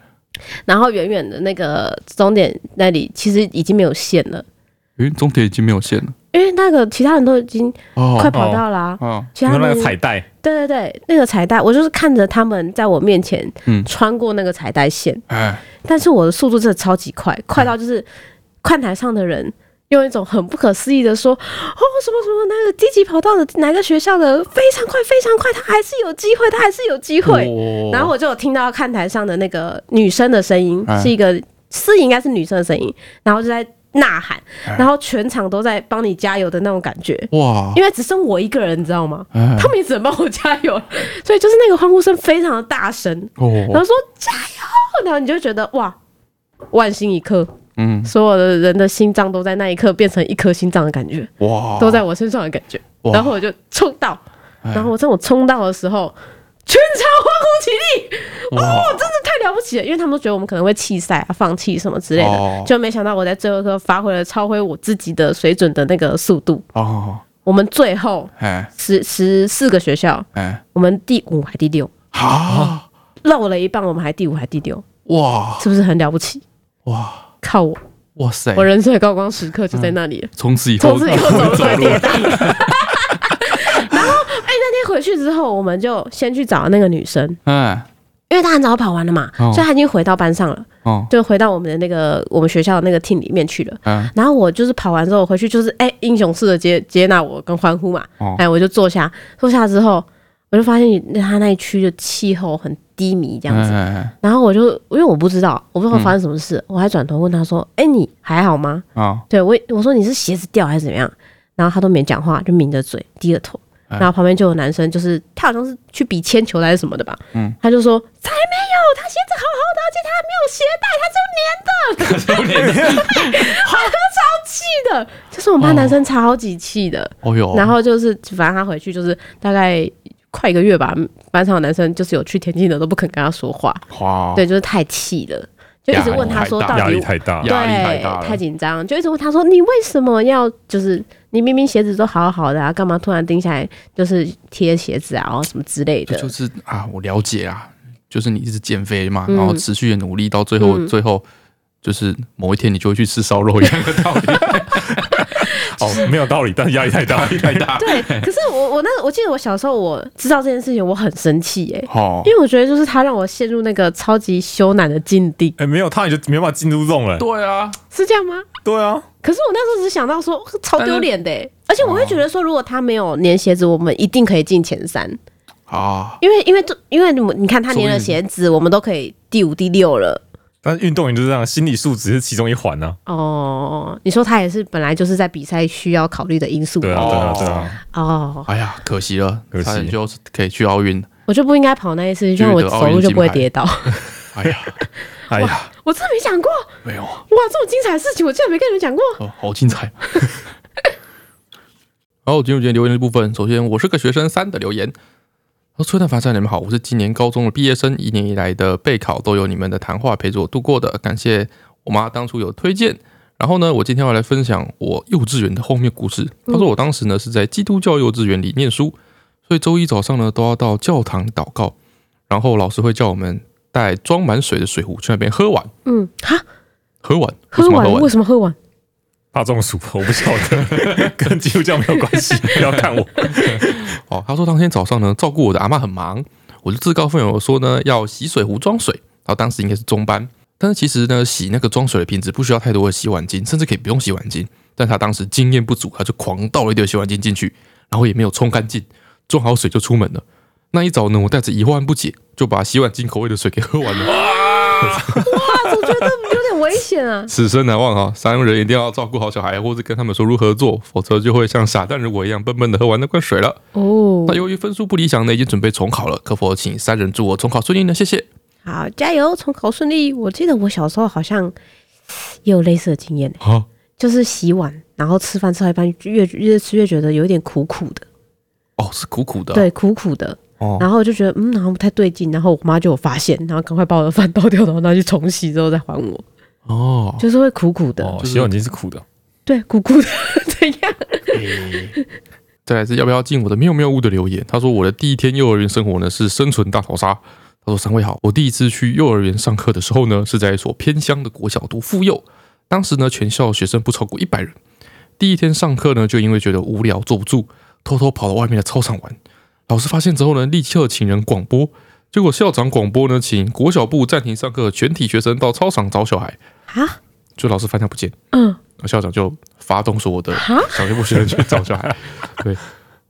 然后远远的那个终点那里其实已经没有线了，因为终点已经没有线了。因为那个其他人都已经哦快跑到了啊、哦，其”，他那人个 彩带对对对，那个彩带，我就是看着他们在我面前嗯穿过那个彩带线，哎，但是我的速度真的超级快，快到就是看台上的人，因用一种很不可思议的说：“哦，什么什么那个积极跑道的哪个学校的非常快，非常快，他还是有机会，他还是有机会。哦然后我就有听到看台上的那个女生的声音，哎是一个是应该是女生的声音，然后就在呐喊，哎然后全场都在帮你加油的那种感觉，哇，因为只剩我一个人，你知道吗？哦哎他们也只能帮我加油，所以就是那个欢呼声非常的大声，然哦，后说加油，然后你就觉得哇，万心一刻，嗯，所有的人的心脏都在那一刻变成一颗心脏的感觉，哇，都在我身上的感觉，哦哇哎然后我就冲到，然后我在我冲到的时候，全场欢呼起立。哦哇，真的太了不起了，因为他们都觉得我们可能会弃赛啊、放弃什么之类的，哦就没想到我在最后一刻发挥了超挥我自己的水准的那个速度。哦，我们最后哎十十四个学校，哎，我们第五还第六，好，漏了一半，我们还第五还第六，哇是不是很了不起？哇嗯靠我，哇塞我！人生的高光时刻就在那里了。哎从此以后从此以后走出来跌倒。然后，哎、那天回去之后，我们就先去找那个女生，哎因为她很早跑完了嘛，哦所以她已经回到班上了，哦就回到我们的那个我们学校的那个 team 里面去了。嗯然后我就是跑完之后我回去，就是哎、英雄式的接接纳我跟欢呼嘛，哎、哦我就坐下，坐下之后我就发现他那一区的气候很低迷这样子，哎然后我就因为我不知道，我不知道嗯发生什么事，我还转头问他说，哎、你还好吗？啊对我我说你是鞋子掉还是怎么样？然后他都没讲话，就抿着嘴低着头，哎然后旁边就有男生，就是他好像是去比铅球的还是什么的吧，嗯他就说才没有，他鞋子好好的，而且他还没有鞋带，他是粘的。气的，就是我们班男生超级气的。哦哟，然后就是，反正他回去就是大概快一个月吧，班上的男生就是有去田径的都不肯跟他说话，哇，对，就是太气了，就一直问他说压力到哦太大压底力太压。大力太大了对太紧张，就一直问他说你为什么要就是你明明鞋子都好好的啊，干嘛突然定下来就是贴鞋子啊，然后什么之类就的就，是啊，我了解啊，就是你一直减肥嘛，嗯然后持续的努力，到最后、嗯最后就是某一天你就会去吃烧 肉一样的道理，哦，没有道理，但是压力太大，压力太大。对。可是我我那我记得我小时候我知道这件事情，我很生气耶、哦因，为我觉得就是他让我陷入那个超级羞赧的境地， 哎，没有他你就没办法进入这种了。对啊，是这样吗？对啊，可是我那时候只想到说超丢脸的欸、而且我会觉得说，如果他没有粘鞋子，我们一定可以进前三，啊，因为因为这因为你们你看他粘了所以鞋子，我们都可以第五第六了。但是运动员就是这样，心理素质是其中一环啊。哦，你说他也是本来就是在比赛需要考虑的因素对啊，哦对啊，对啊，哦，哎呀，可惜了，可惜差点就是可以去奥运，我就不应该跑那一次，这样我走路就不会跌倒。哎呀，哎呀，我真的没想过，没有啊哇，这么精彩的事情我竟然没跟你们讲过。哦，好精彩。 好，进入今天留言的部分。首先，我是个学生三的留言。他说：“崔蛋凡善，你们好，我是今年高中的毕业生，一年以来的备考都有你们的谈话陪着我度过的，感谢我妈当初有推荐。然后呢，我今天要来分享我幼稚园的后面故事。他说我当时呢是在基督教幼稚园里念书，所以周一早上呢都要到教堂祷告，然后老师会叫我们带装满水的水壶去那边喝完，嗯，哈，喝完，为喝什么要完为什么喝完？怕中暑，我不晓得， 跟基督教没有关系，不要看我。哦，他说当天早上呢，照顾我的阿妈很忙，我就自告奋勇地说呢，要洗水壶装水。然后当时应该是中班，但是其实呢，洗那个装水的瓶子不需要太多的洗碗巾，甚至可以不用洗碗巾。但他当时经验不足，他就狂倒了一堆洗碗巾进去，然后也没有冲干净，装好水就出门了。那一早呢，我带着疑惑和不解，就把洗碗巾口味的水给喝完了。。哇，总觉得有点危险啊此生难忘啊！三人一定要照顾好小孩，或是跟他们说如何做，否则就会像傻蛋如我一样笨笨的喝完那罐水了。哦那，由于分数不理想呢，已经准备重考了，可否请三人祝我重考顺利呢？谢谢。好，加油，重考顺利。我记得我小时候好像也有类似的经验、欸，啊，就是洗碗，然后吃饭吃到一半，越越吃越觉得有点苦苦的，哦，是苦苦的、对，，苦苦的。哦然后我就觉得嗯，好像不太对劲，然后我妈就有发现，然后赶快把我的饭倒掉，然后拿去重洗之后再还我，哦，啊就是会苦苦的，哦，就是洗碗巾是苦的，对，苦苦的怎样？再来是要不要进我的妙妙屋的留言？他说我的第一天幼儿园生活呢是生存大逃杀。他说三位好，我第一次去幼儿园上课的时候呢，是在一所偏乡的国小读妇幼，当时呢全校学生不超过一百人。第一天上课呢，就因为觉得无聊坐不住，偷偷跑到外面的操场玩。老师发现之后呢，立刻请人广播，结果校长广播呢，请国小部暂停上课，全体学生到操场找小孩。啊，就老师发现不见。嗯，校长就发动所有的哈小学部学生去找小 孩。对，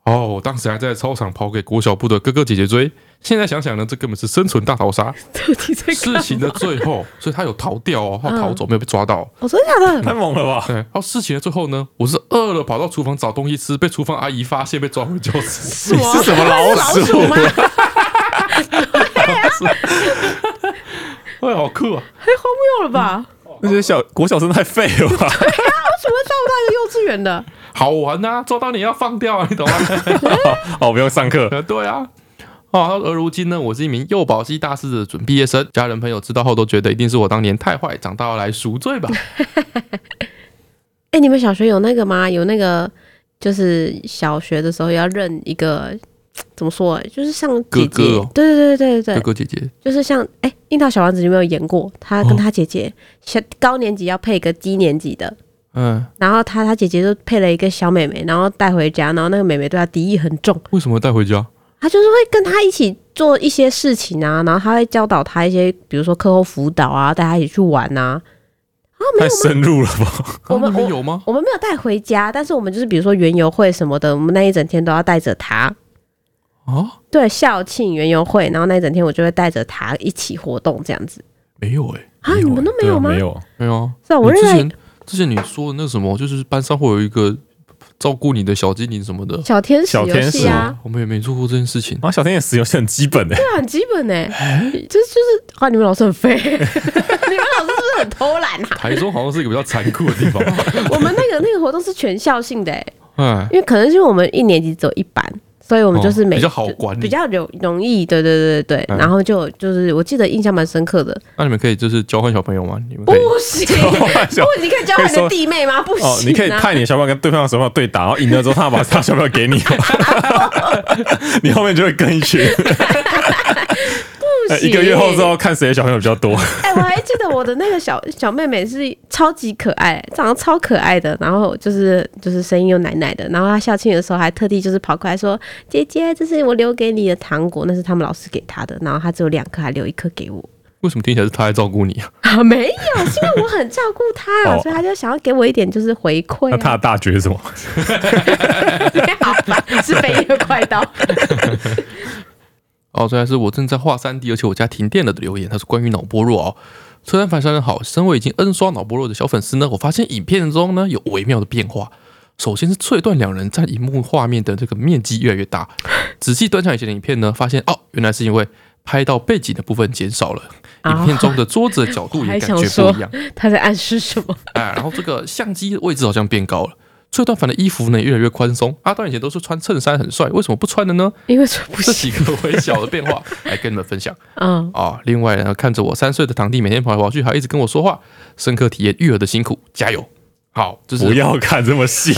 哦，我当时还在操场跑给国小部的哥哥姐姐追。现在想想呢，这根本是生存大逃杀。到底在事情的最后，所以他有逃掉哦，他有逃嗯走没有被抓到。哦我真的假的？ 太猛了吧！对，然后事情的最后呢，我是饿了跑到厨房找东西吃，被厨房阿姨发现，被抓回教什室。么？你是什么老老鼠鼠吗？哎，好酷啊！太荒谬了吧！那些小国小生太废了怎么吧？找不到一个幼稚园的？好玩呐、抓到你要放掉啊，你懂吗？ 哦，不用上课，呃，对啊。哦，而如今呢，我是一名幼保系大四的准毕业生，家人朋友知道后都觉得一定是我当年太坏，长大要来赎罪吧。哎、你们小学有那个吗？有那个，就是小学的时候要认一个，怎么说、啊就是像姐姐，哥哥哦对对对对对哥对，哥姐姐，就是像哎，欸樱、桃小丸子》里面有演过，他跟他姐姐小、高年级要配一个低年级的，嗯，然后他他姐姐就配了一个小妹妹，然后带回家，然后那个妹妹对他敌意很重，为什么带回家？他就是会跟他一起做一些事情啊，然后他会教导他一些，比如说课后辅导啊，带他一起去玩啊。啊，没太有吗？深入了吧？我们啊、你们有吗？我们没有带回家，但是我们就是比如说园游会什么的，我们那一整天都要带着他。啊，对，校庆、园游会，然后那一整天我就会带着他一起活动这样子。没有哎、啊，没有你们都没对啊有吗？没有，没有啊。是啊，我你认之为前之前你说的那什么，就是班上会有一个照顾你的小精灵什么的，小天使小游天戏使啊，我们也没做过这件事情。啊，小天也使游戏很基本的、对啊，很基本哎、这就是啊，你们老师很废， 你们老师是不是很偷懒啊？台中好像是一个比较残酷的地方。 我们那个那个活动是全校性的哎、 哎，因为可能是因为我们一年级只有一班，所以我们就是哦每、比较好管理比较容容易，对对对对对。嗯然后就就是我记得印象蛮深刻的，那你们可以就是交换小朋友吗？你们不可以 行，小不，你可以教哦可你以的说弟妹吗？不行、啊 哦，你可以派你的小朋友跟对方的小朋友对打，然后赢了之后，他把 他的小朋友给你，你后面就会跟一群。不行啊呃一个月后之后，看谁的小朋友比较多。 哎、我还记得我的那个小小妹妹是超级可爱，长得超可爱的，然后就是就是声音又奶奶的，然后她校庆的时候还特地就是跑过来说：“姐姐，这是我留给你的糖果，那是他们老师给她的。”然后她只有两颗，还留一颗给我。为什么听起来是他在照顾你啊？啊，没有，是因为我很照顾她，哦所以她就想要给我一点就是回馈、那他啊。 的大学是什么？好吧，是北一的快刀。哦，这还是我正在画三 D，而且我家停电了的留言，它是关于脑波弱哦。车站凡山人好，身为已经 N 刷脑波弱的小粉丝呢，我发现影片中呢有微妙的变化。首先是翠段两人在荧幕画面的这个面积越来越大，仔细端详以前的影片呢，发现哦，原来是因为拍到背景的部分减少了，啊影片中的桌子的角度我也哦还感想觉说不一样。 她在暗示什么？哎，然后这个相机的位置好像变高了。翠段凡的衣服呢也越来越宽松，阿段以前都是穿衬衫很帅，为什么不穿了呢？因为说不这行几个微小的变化来跟你们分享。 嗯，啊、另外呢，看着我三岁的堂弟每天跑来跑去，还一直跟我说话，深刻体验育儿的辛苦，加油！好，就是不要看这 么细，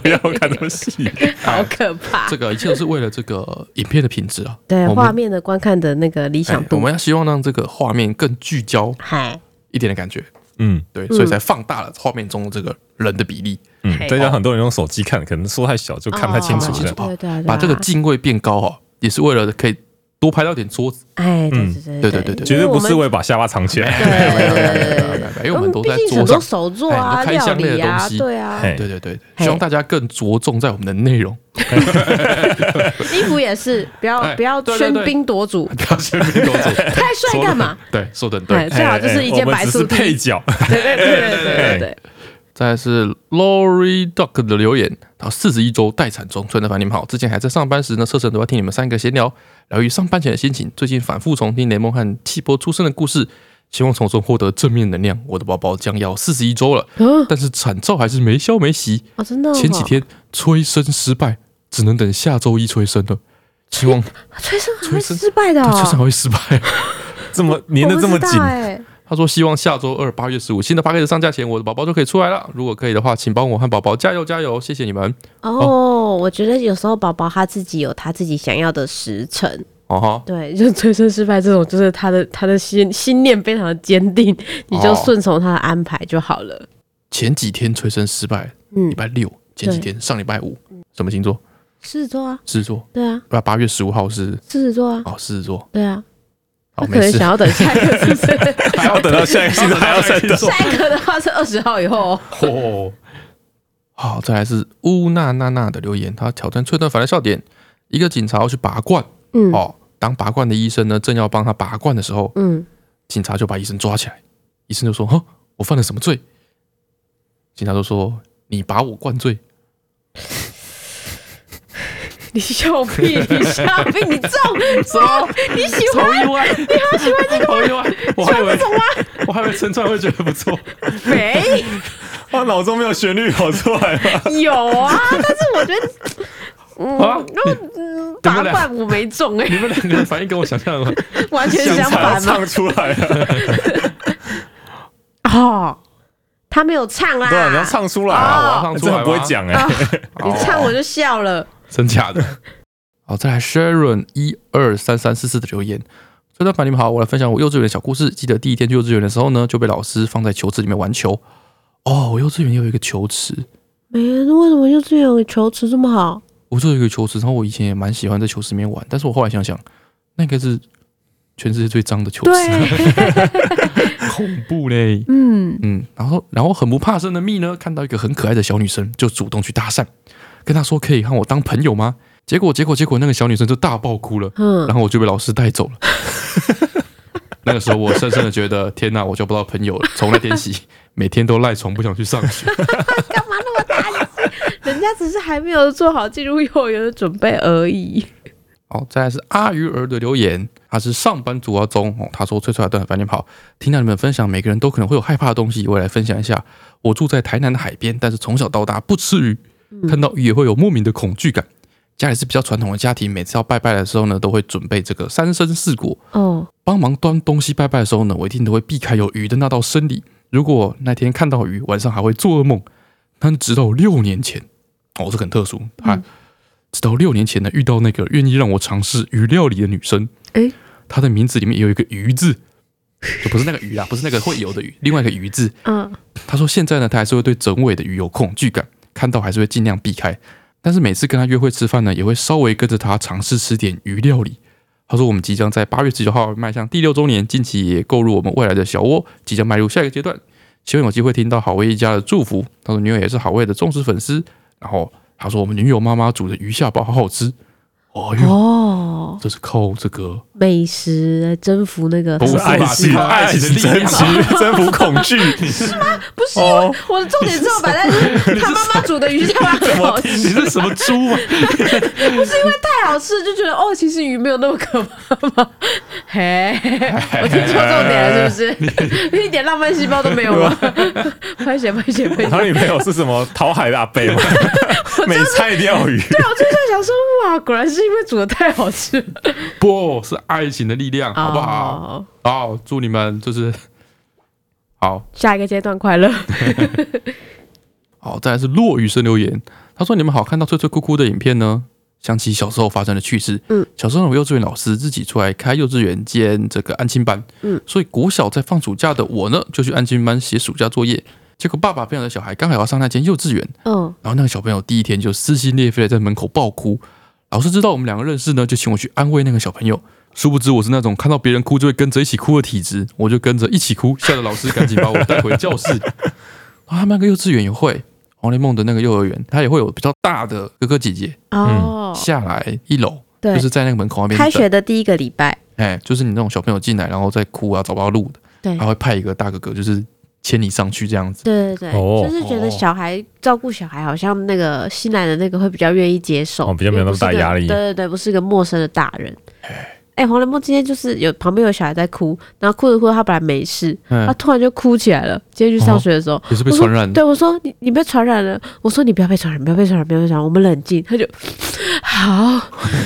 不要看这么细。好可怕这。个一切都是为了这个影片的品质啊。对，我画们面的观看的那个理想哎我度。们要希望让这个画面更聚焦嗨，一点的感觉，嗯对，所以才放大了画面中的这个人的比例，嘿嗯，再加上很多人用手机看，可能缩太小就看不太清楚哦这样。对对对，把这个镜位变高哦，也是为了可以多拍到点桌子。哎，对嗯对对对对对对绝对不是我们。为把下巴藏起来。对对对对对对对因为我们都在嗯毕竟桌很多上。手作哎啊、你都开料箱类的理啊东，西对啊，嘿对对对，对嘿希望大家更着重在我们的内容，衣服也是，不要哎不要对对哎喧对宾夺主，不要先 边动作。太帅干嘛？对，说的很对哎，。最好就是一件我们白只素是地。配角， 对对对对哎对对对，再来是 Lori Duck 的留言，到四十一周待产中，春的凡你们好。之前还在上班时呢，车程都要听你们三个闲聊，聊于上班前的心情。最近反复重听雷梦和气波出生的故事，希望从中获得正面能量。我的宝宝将要四十一周了，嗯，但是产兆还是没消没息。哦，真的哦。前几天催生失败，只能等下周一催生了。希望催啊生还会催生失败的他哦，催生还会失败。啊这么粘的这么紧，哎， 他说希望下周二八月十五新的 p a c k 上架前，我的宝宝就可以出来了。如果可以的话，请帮我和宝宝加油加油，谢谢你们。哦，我觉得有时候宝宝他自己有他自己想要的时辰，哦哈。对， 就催生失败这种，就是他的他的心心念非常的坚定，你就哦顺从他的安排就好了。前几天催生失败，嗯礼，拜六前几天，上礼拜五，什么星座？狮子座啊，狮子座。对啊，那八月十五号是狮子座啊，哦，狮子座。对啊，他好，可没能事想，要等下一个，是不是？还要等到下一个星期还要再等。下一个的话是二十号以后哦。哦，好，再来是乌娜娜娜的留言，她挑战崔顿反的笑点，一个警察要去拔罐，嗯哦，当拔罐的医生呢正要帮他拔罐的时候，嗯，警察就把医生抓起来，医生就说：“哼，我犯了什么罪？”警察就说：“你把我灌醉。你笑屁，你笑屁，你中中，你喜好欢意外，你好喜欢这个，好意外，我还以为我还以为陈川会觉得不错，没我脑中没有旋律跑出来了。有啊？但是我觉得，啊嗯，那嗯等拔等罐我没中哎、你们两个的反应跟我想象的 完全相反嘛。唱出来了，哦，他没有唱啦，对啊，你要唱出来我啊！要唱出这来吗很不会讲哎啊，你唱我就笑了。 真假的。好，再来 Sharon 一二三三四四的留言。崔老板，你们好，我来分享我幼稚园的小故事。记得第一天去幼稚园的时候呢，就被老师放在球池里面玩球。哦，我幼稚园有一个球池，没，为什么幼稚园有球池这么好？我就有一个球池，然后我以前也蛮喜欢在球池里面玩，但是我后来想想，那应该是全世界最脏的球池，对， 恐怖嘞。嗯，嗯，然后然后很不怕生的蜜呢，看到一个很可爱的小女生，就主动去搭讪，跟她说可以和我当朋友吗？结果结果结果，那个小女生就大爆哭了，嗯然后我就被老师带走了。 那个时候，我深深的觉得，天哪，我交不到朋友了。从那天起，每天都赖床，不想去上学。干嘛那么大力？人家只是还没有做好进入幼儿园的准备而已。好，哦再来是阿鱼儿的留言，他是上班族阿宗哦，他说：“翠翠啊，段反点跑，听到你们分享每个人都可能会有害怕的东西，我也来分享一下。我住在台南的海边，但是从小到大不吃鱼，看到鱼也会有莫名的恐惧感。家里是比较传统的家庭，每次要拜拜的时候呢，都会准备这个三生四果，哦，帮忙端东西拜拜的时候呢，我一定都会避开有鱼的那道生理。如果那天看到鱼，晚上还会做噩梦。但直到六年前，哦，这个很特殊，还、直到六年前呢，遇到那个愿意让我尝试鱼料理的女生，诶她的名字里面也有一个“鱼”字，就不是那个鱼啦，不是那个会游的鱼，另外一个“鱼”字。嗯，她说现在呢，她还是会对整尾的鱼有恐惧感，看到还是会尽量避开。但是每次跟她约会吃饭呢，也会稍微跟着她尝试吃点鱼料理。她说我们即将在八月十九号迈向第六周年，近期也购入我们未来的小窝，即将迈入下一个阶段。希望有机会听到好味一家的祝福。她说女友也是好味的忠实粉丝，然后她说我们女友妈妈煮的鱼下包好好吃。哦哟，哦，这是靠这个美食来征服那个不是爱不情，是爱情的征服，征服恐惧，不是哦我我的重点是我摆在就是他妈妈煮的鱼虾丸很好吃，你是什么猪啊？不是因为太好吃就觉得哦，其实鱼没有那么可怕嘛。 嘿， 我听错重点了是不 是？一点浪漫细胞都没有吗？ 拍写拍写拍写然。后女朋友是什么讨海的阿贝吗？每菜一定要有鱼，对，我就在想说，哇，果然是因为煮的太好吃了，不是爱情的力量，好不好？哦？好，祝你们就是好下一个阶段快乐。好。再来是落雨声留言，他说：“你们好，看到脆脆哭哭的影片呢，想起小时候发生的趣事。嗯，小时候我幼稚园老师自己出来开幼稚园兼这个安亲班，嗯，所以国小在放暑假的我呢，就去安亲班写暑假作业。结果爸爸朋友的小孩刚好要上那间幼稚园，嗯，然后那个小朋友第一天就撕心裂肺的在门口爆哭。老师知道我们两个认识呢，就请我去安慰那个小朋友。殊不知我是那种看到别人哭就会跟着一起哭的体质，我就跟着一起哭，吓得老师赶紧把我带回教室。 啊，他们那个幼稚园也会，黄雷梦的那个幼儿园，他也会有比较大的哥哥姐姐哦，下来一楼，对嗯就是在那个门口那边开等学的第一个礼拜，哎，就是你那种小朋友进来然后再哭啊，找不到路的，对他会派一个大哥哥，就是牵你上去这样子。对对对，哦就是觉得小孩照顾小孩，好像那个新来的那个会比较愿意接受，哦比较没有那么大压力对对对，不是个陌生的大人。哎、黄连梦今天就是有旁边有小孩在哭，然后哭着哭着，他本来没事，他嗯，突然就哭起来了。今天去上学的时候，哦也是被我说传染的。对我说你你被传染了，我说你不要被传染，不要被传染，不要被传染，我们冷静。他就 好，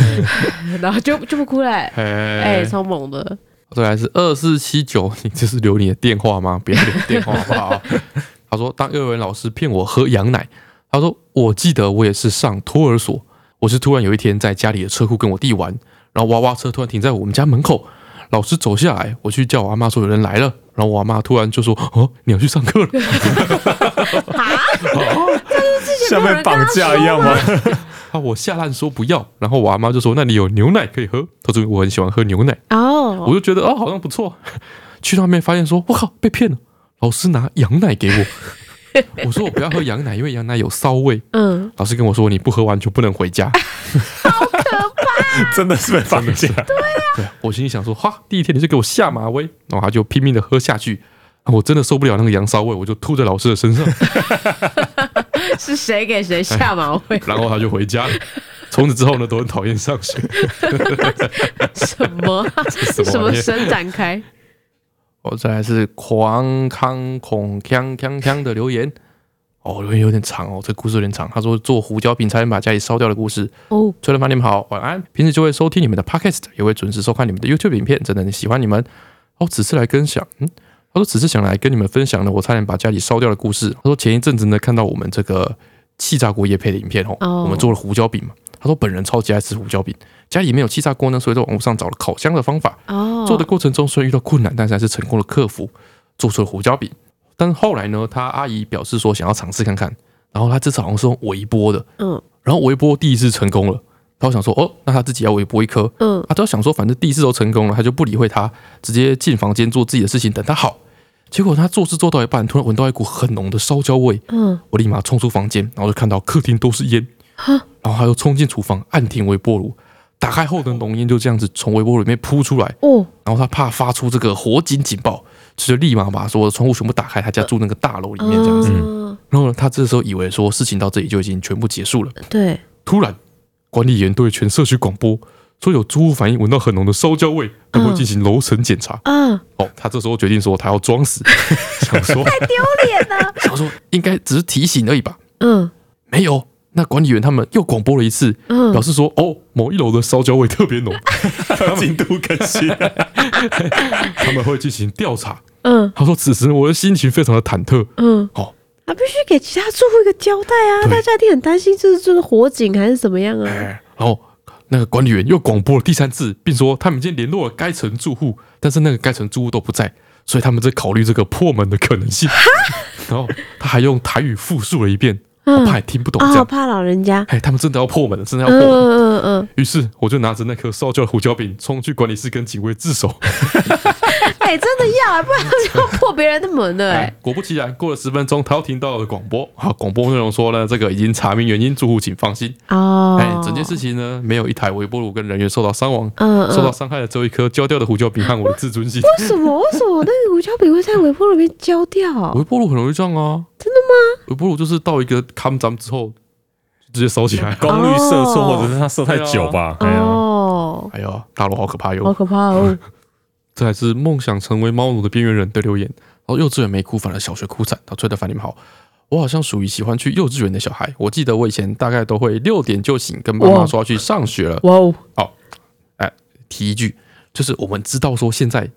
然后就就不哭了、欸，哎、哎超 猛的。再来是二四七九， 你这是留你的电话吗？ 别留电话好不好？他说，当幼儿园老师骗我喝羊奶，他说我记得我也是上托儿所，我是突然有一天在家里的车库跟我弟玩，然后娃娃车突然停在我们家门口，老师走下来，我去叫我阿妈说有人来了，然后我阿妈突然就说哦你要去上课了，啊，哦 像被绑架一样吗？啊，我下烂说不要，然后我阿妈就说那里有牛奶可以喝，她说我很喜欢喝牛奶，哦，我就觉得哦好像不错， 去到那边发现说我靠被骗了，老师拿羊奶给我， 我说我不要喝羊奶，因为羊奶有骚味，嗯，老师跟我说你不喝完就不能回家，真的是被绑架，对我心里想说哈第一天你就给我下马威，然后他就拼命的喝下去。啊我真的受不了那个羊骚味，我就吐在老师的身上，是谁给谁下马威？然后他就回家了。从此之后呢，都很讨厌上学。什么啊 什么什么玩意伸展开？哦，再来是狂康恐锵锵锵的留言。哦，留言有点长哦，这故事有点长。他说做胡椒饼差点把家里烧掉的故事。哦，崔老板，你们好，晚安。平时就会收听你们的 podcast，也会准时收看你们的 YouTube 影片，真的很喜欢你们。哦，只是来跟想，嗯，他说只是想来跟你们分享呢，我差点把家里烧掉的故事。他说前一阵子呢，看到我们这个气炸锅叶配的影片哦，哦我们做了胡椒饼嘛。他说本人超级爱吃胡椒饼，家里没有气炸锅呢，所以在网络上找了烤箱的方法。哦，做的过程中虽然遇到困难，但是还是成功的克服，做出了胡椒饼。但是后来呢，他阿姨表示说想要尝试看看，然后他这次好像是用微波的，嗯然后微波第一次成功了，他想说哦，那他自己要微波一颗，嗯，他都想说反正第一次都成功了，他就不理会他，直接进房间做自己的事情，等他好。结果他做事做到一半，突然闻到一股很浓的烧焦味，嗯，我立马冲出房间，然后就看到客厅都是烟，然后他又冲进厨房按停微波炉，打开后的浓烟就这样子从微波炉里面扑出来，哦，然后他怕发出这个火警警报，所以就立马把所有的窗户全部打开，他家住那个大楼里面这样子。嗯，然后呢，他这时候以为说事情到这里就已经全部结束了，对，突然管理员对全社区广播说有租户反映闻到很浓的烧焦味，能否进行楼层检查？嗯，哦，他这时候决定说他要装死，想说太丢脸啊了，想说应该只是提醒而已吧？嗯没有。那管理员他们又广播了一次，嗯表示说哦，某一楼的烧焦味特别浓，要进度更新，他们会进行调查。嗯他说：“此时我的心情非常的忐忑，嗯，哦，他必须给其他住户一个交代啊！对大家一定很担心，这是这是火警还是怎么样啊？哎，然后那个管理员又广播了第三次，并说他们已经联络了该层住户，但是那个该层住户都不在，所以他们在考虑这个破门的可能性。然后他还用台语复述了一遍，我怕也听不懂这啊，好样。怕老人家。哎，他们真的要破门了，真的要嗯破门。嗯嗯于是我就拿着那颗烧焦的胡椒饼冲去管理室跟警卫自首。嗯，哎，真的要啊，不然就要破别人的门了哎哎。果不其然，过了十分钟，他又听到了广播。啊，广播内容说呢，这个已经查明原因，住户请放心。哦，哎，整件事情呢，没有一台微波炉跟人员受到伤亡，嗯嗯受到伤害的只有一颗焦掉的胡椒饼和我的自尊心。为什么？为什么那个胡椒饼会在微波炉里面焦掉？微波炉很容易这样啊，真的吗？微波炉就是到一个康脏之后，直接烧起来。 功率射错或者是他射太久吧？哎呀，哦，哎呀，大楼好可怕好哟！可怕哦！这还是梦想成为猫奴的边缘人的留言。然后哦幼稚园没哭，反而小学哭惨。然后吹的反你们好，我好像属于喜欢去幼稚园的小孩。我记得我以前大概都会六点就醒，跟妈妈哇说要去上学了。哇哦，提一句，就是我们知道说现在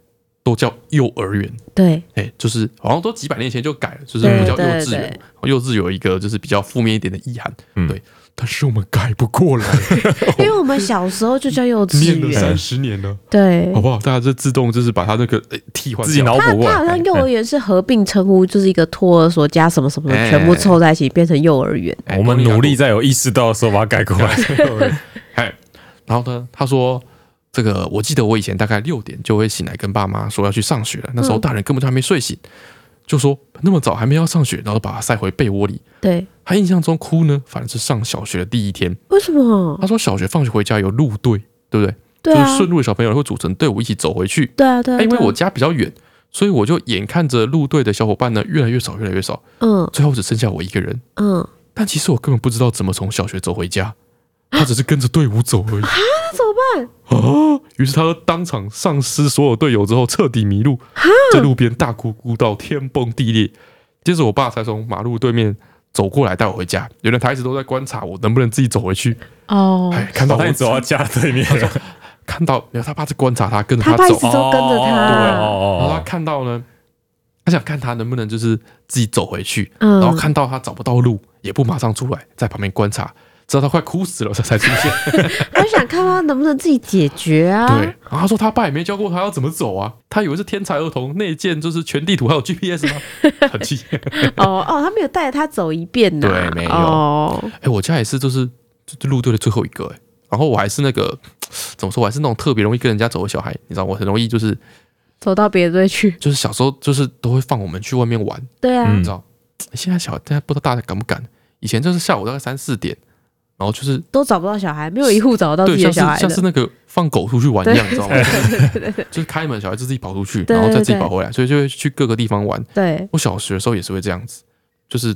都叫幼儿园，对，哎、就是好像都几百年前就改了，就是对不叫幼对稚对园，幼稚有一个就是比较负面一点的意涵，嗯对。但是我们改不过 来，因为我们小时候就叫幼稚念了园，三十年了，对好。不好？大家就自动就是把它那个、哎替换自己掉脑他补过他来好。哎像幼儿园是合并称呼，就是一个托儿所加什么什么哎的，全部凑在一起变成幼儿园。哎我们努力在有意识到的时候把它改过来。哎，然后呢，他说这个，我记得我以前大概六点就会醒来，跟爸妈说要去上学了。那嗯时候大人根本就还没睡醒，就说那么早还没要上学，然后把他塞回被窝里。对，他印象中哭呢，反正是上小学的第一天。为什么？他说小学放学回家有路队，对不对？对就啊是，顺路的小朋友会组成队伍一起走回去。对啊，对啊，哎因为对啊我家比较远，所以我就眼看着路队的小伙伴呢越来越少，越来越少，嗯最后只剩下我一个人。嗯，但其实我根本不知道怎么从小学走回家，他只是跟着队伍走而已。那怎么办？啊！ 于是他当场丧失所有队友之后，彻底迷路，啊在路边大哭哭到天崩地裂。接着我爸才从马路对面走过来带我回家。原来他一直都在观察我能不能自己走回去。哦，哎，看到那我你走啊到家对面了，看到没有？他爸在观察他，跟着他他爸一走直。都跟着他，然后他哦看到呢，他想看他能不能就是自己走回去，嗯然后看到他找不到路，也不马上出来，在旁边观察，直到他快哭死了，他才出现。他就想看他能不能自己解决啊。对，然后他说他爸也没教过他要怎么走啊，他以为是天才儿童内建就是全地图还有 GPS 吗？很气。哦哦，他没有带他走一遍呢。对没有哦，哎，我家也是，就是这这路队的最后一个、欸。然后我还是那个怎么说，我还是那种特别容易跟人家走的小孩，你知道，我很容易就是走到别队去。就是小时候就是都会放我们去外面玩，对啊，你嗯知道。现在小孩，现在不知道大家敢不敢。以前就是下午大概三四点，然后就是都找不到小孩，没有一户找得到自对，己像的是小孩像的是。那个放狗出去玩一样，你哦知道吗？ 对对对对就是开门，小孩就自己跑出去，对然后再自己对跑回来，所以就会去各个地方玩。对，我小学的时候也是会这样子，就是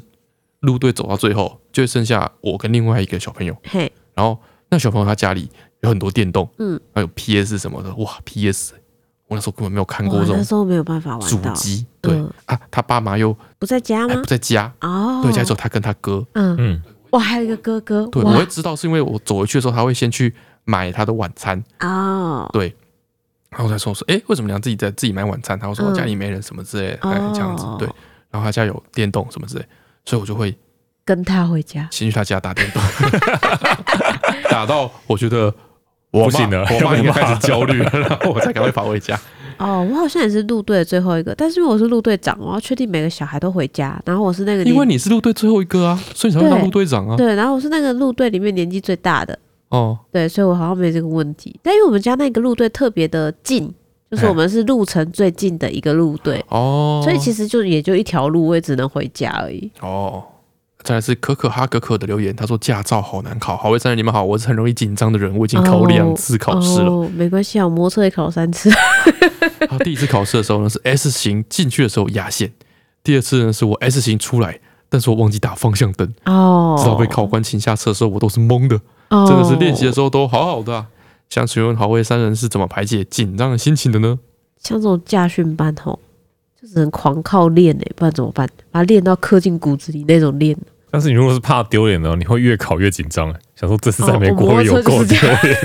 路队走到最后，就会剩下我跟另外一个小朋友，嘿，然后那小朋友他家里有很多电动，嗯，还有 PS 什么的，哇，PS，我那时候根本没有看过我这那种时候没有办法玩主到，机，对、嗯啊，他爸妈又不在家还吗哎不？在家，哦，对，家之后他跟他哥，嗯，嗯，哇，还有一个哥哥，对我哇会知道是因为我走回去的时候，他会先去买他的晚餐，哦，然后我才说我说，哎、为什么你要自己在自己买晚餐？他说我嗯家里没人什么之类的，哦哎、这样子，对，然后他家有电动什么之类，所以我就会跟他回家，先去他家打 电动，打到我觉得我不妈行了我妈要被应该骂开始焦虑了，然后我才赶快跑 回家。哦，我好像也是路队的最后一个，但是因为我是路队长，我要确定每个小孩都回家，然后我是那个因为年你是陆队最后一个啊，所以你才会当对陆队长啊。对，然后我是那个路队里面年纪最大的，哦，对，所以我好像没这个问题。但因为我们家那个路队特别的近，就是哎我们是路程最近的一个路队，哦，所以其实就也就一条路，我也只能回家而已。哦，再来是可可哈可可的留言，他说驾照好难考。好，魏三人你们好，我是很容易紧张的人，我已经考两次考试了。哦，没关系啊，我摩托车也考了三次。 他第一次考试的时候呢是 S 型进去的时候压线，第二次呢是我 S 型出来，但是我忘记打方向灯，哦，直到被考官请下车的时候，我都是懵的。哦，真的是练习的时候都好好的、啊。想请问好味三人是怎么排解紧张的心情的呢？像这种驾训班吼，就只能狂靠练哎、不然怎么办？把它练到刻进骨子里那种练。但是你如果是怕丢脸的，你会越考越紧张。想说这次在哦美我国摩托车有够就是丢这脸，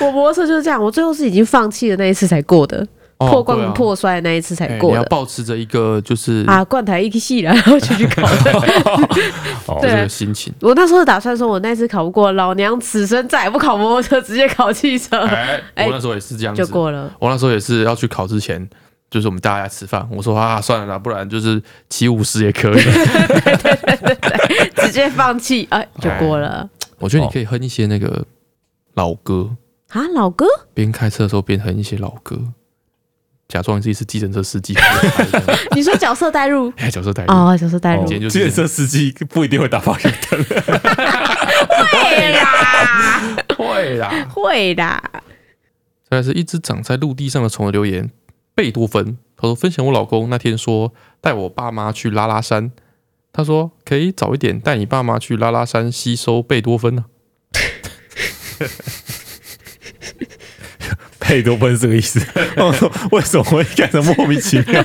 我摩托车就是这样，我最后是已经放弃了那一次才过的，哦破罐对啊子破摔的那一次哎才你过要的。保持着一个就是啊，灌台一个戏啦，然后就去 考的。哦这对个心情。我那时候打算说，我那次考不过，老娘此生再也不考摩托车，直接考汽车，哎， 哎我那时候也是这样子就，过了。我那时候也是要去考之前，就是我们大家吃饭，我说啊，算了啦，不然就是骑五十也可以。直接放弃，哎，就过了。我觉得你可以哼一些那个老歌，啊，老哥，边开车的时候边哼一些老歌，假装自己是计程车司机，还是开车？你说角色代入哎，角色代入。哦，角色代入今，天就建是设司机不一定会打 方向灯，会啦，会啦，哎会啦。再来是一只长在陆地上的虫的留言，贝多芬，他说分享我老公那天说带我爸妈去拉拉山，他说可以早一点带你爸妈去拉拉山吸收贝多芬啊。配多分是这个意思。我说哦为什么会改成莫名其妙？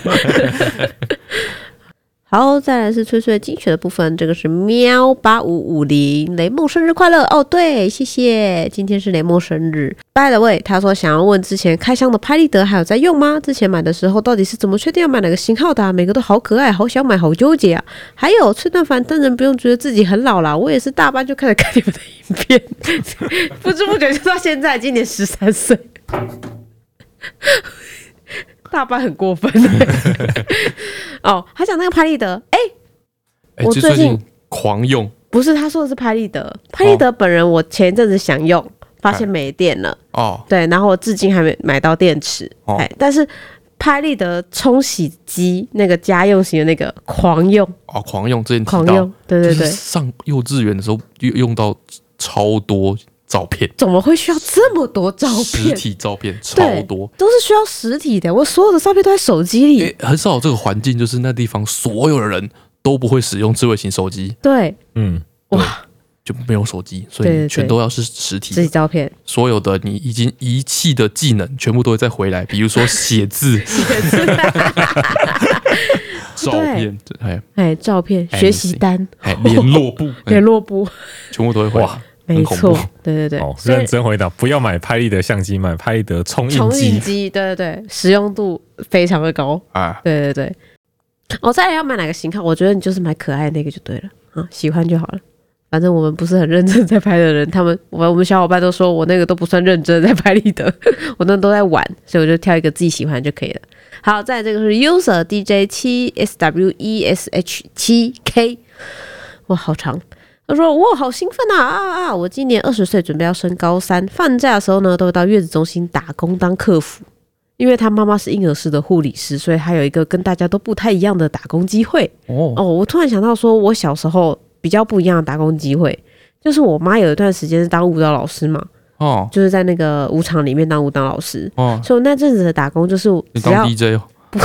好，再来是吹吹精选的部分，这个是喵八五五零雷梦生日快乐哦，对，谢谢，今天是雷梦生日。By the way，他说想要问之前开箱的拍立得还有在用吗？之前买的时候到底是怎么确定要买哪个型号的、啊？每个都好可爱，好想买，好纠结啊。还有崔蛋凡当然不用觉得自己很老啦，我也是大班就开始看你们的影片， 不知不觉就到现在，今年十三岁。 大班很过分、哦，他讲那个拍立得，哎、哎、我这最最近近狂用不是，他说的是拍立哦得。拍立得本人，我前一阵子想用，发现没电了。哦，对，然后我至今还没买到电池。哦哎，但是拍立得冲洗机那个家用型的那个狂用，哦，狂用，之前提狂到用，，对对就 对是，上幼稚园的时候用用到超多照片，怎么会需要这么多照实片？体照片超对多。都是需要实体的，我所有的照片都在手机里。也很少有这个环境，就是那地方所有的人都不会使用智慧型手机，对，嗯，就没有手机，所对以对全都要是实体的自己照 片，所有的你已经遗弃的技能，全部都会再回来，比如 说写字、照片，哎哎，照片、哎学习单、哎，联络簿，哎 联络簿，全部都会回来哇。没恐怖错，对对对哦，，所以认真回答，不要买拍立得相机，买拍立得冲印重印机。机，对对对，实用度非常的高。啊，对对对，我、再来要买哪个型号？我觉得你就是买可爱那个就对了啊，喜欢就好了。反正我们不是很认真在拍的人，他们我我们小伙伴都说我那个都不算认真在拍立得， 我那都在玩，所以我就挑一个自己喜欢就可以了。好，再来这个是 user DJ 七 S W E S H 七 K，哇，好长。他说：“哇，好兴奋啊啊啊啊！我今年二十岁，准备要升高三。放假的时候呢，都会到月子中心打工当客服。因为他妈妈是婴儿室的护理师，所以还有一个跟大家都不太一样的打工机会。哦，哦，我突然想到，说我小时候比较不一样的打工机会，就是我妈有一段时间是当舞蹈老师嘛，哦，就是在那个舞场里面当舞蹈老师。哦，所以我那阵子的打工就是你只要当 DJ 哦，不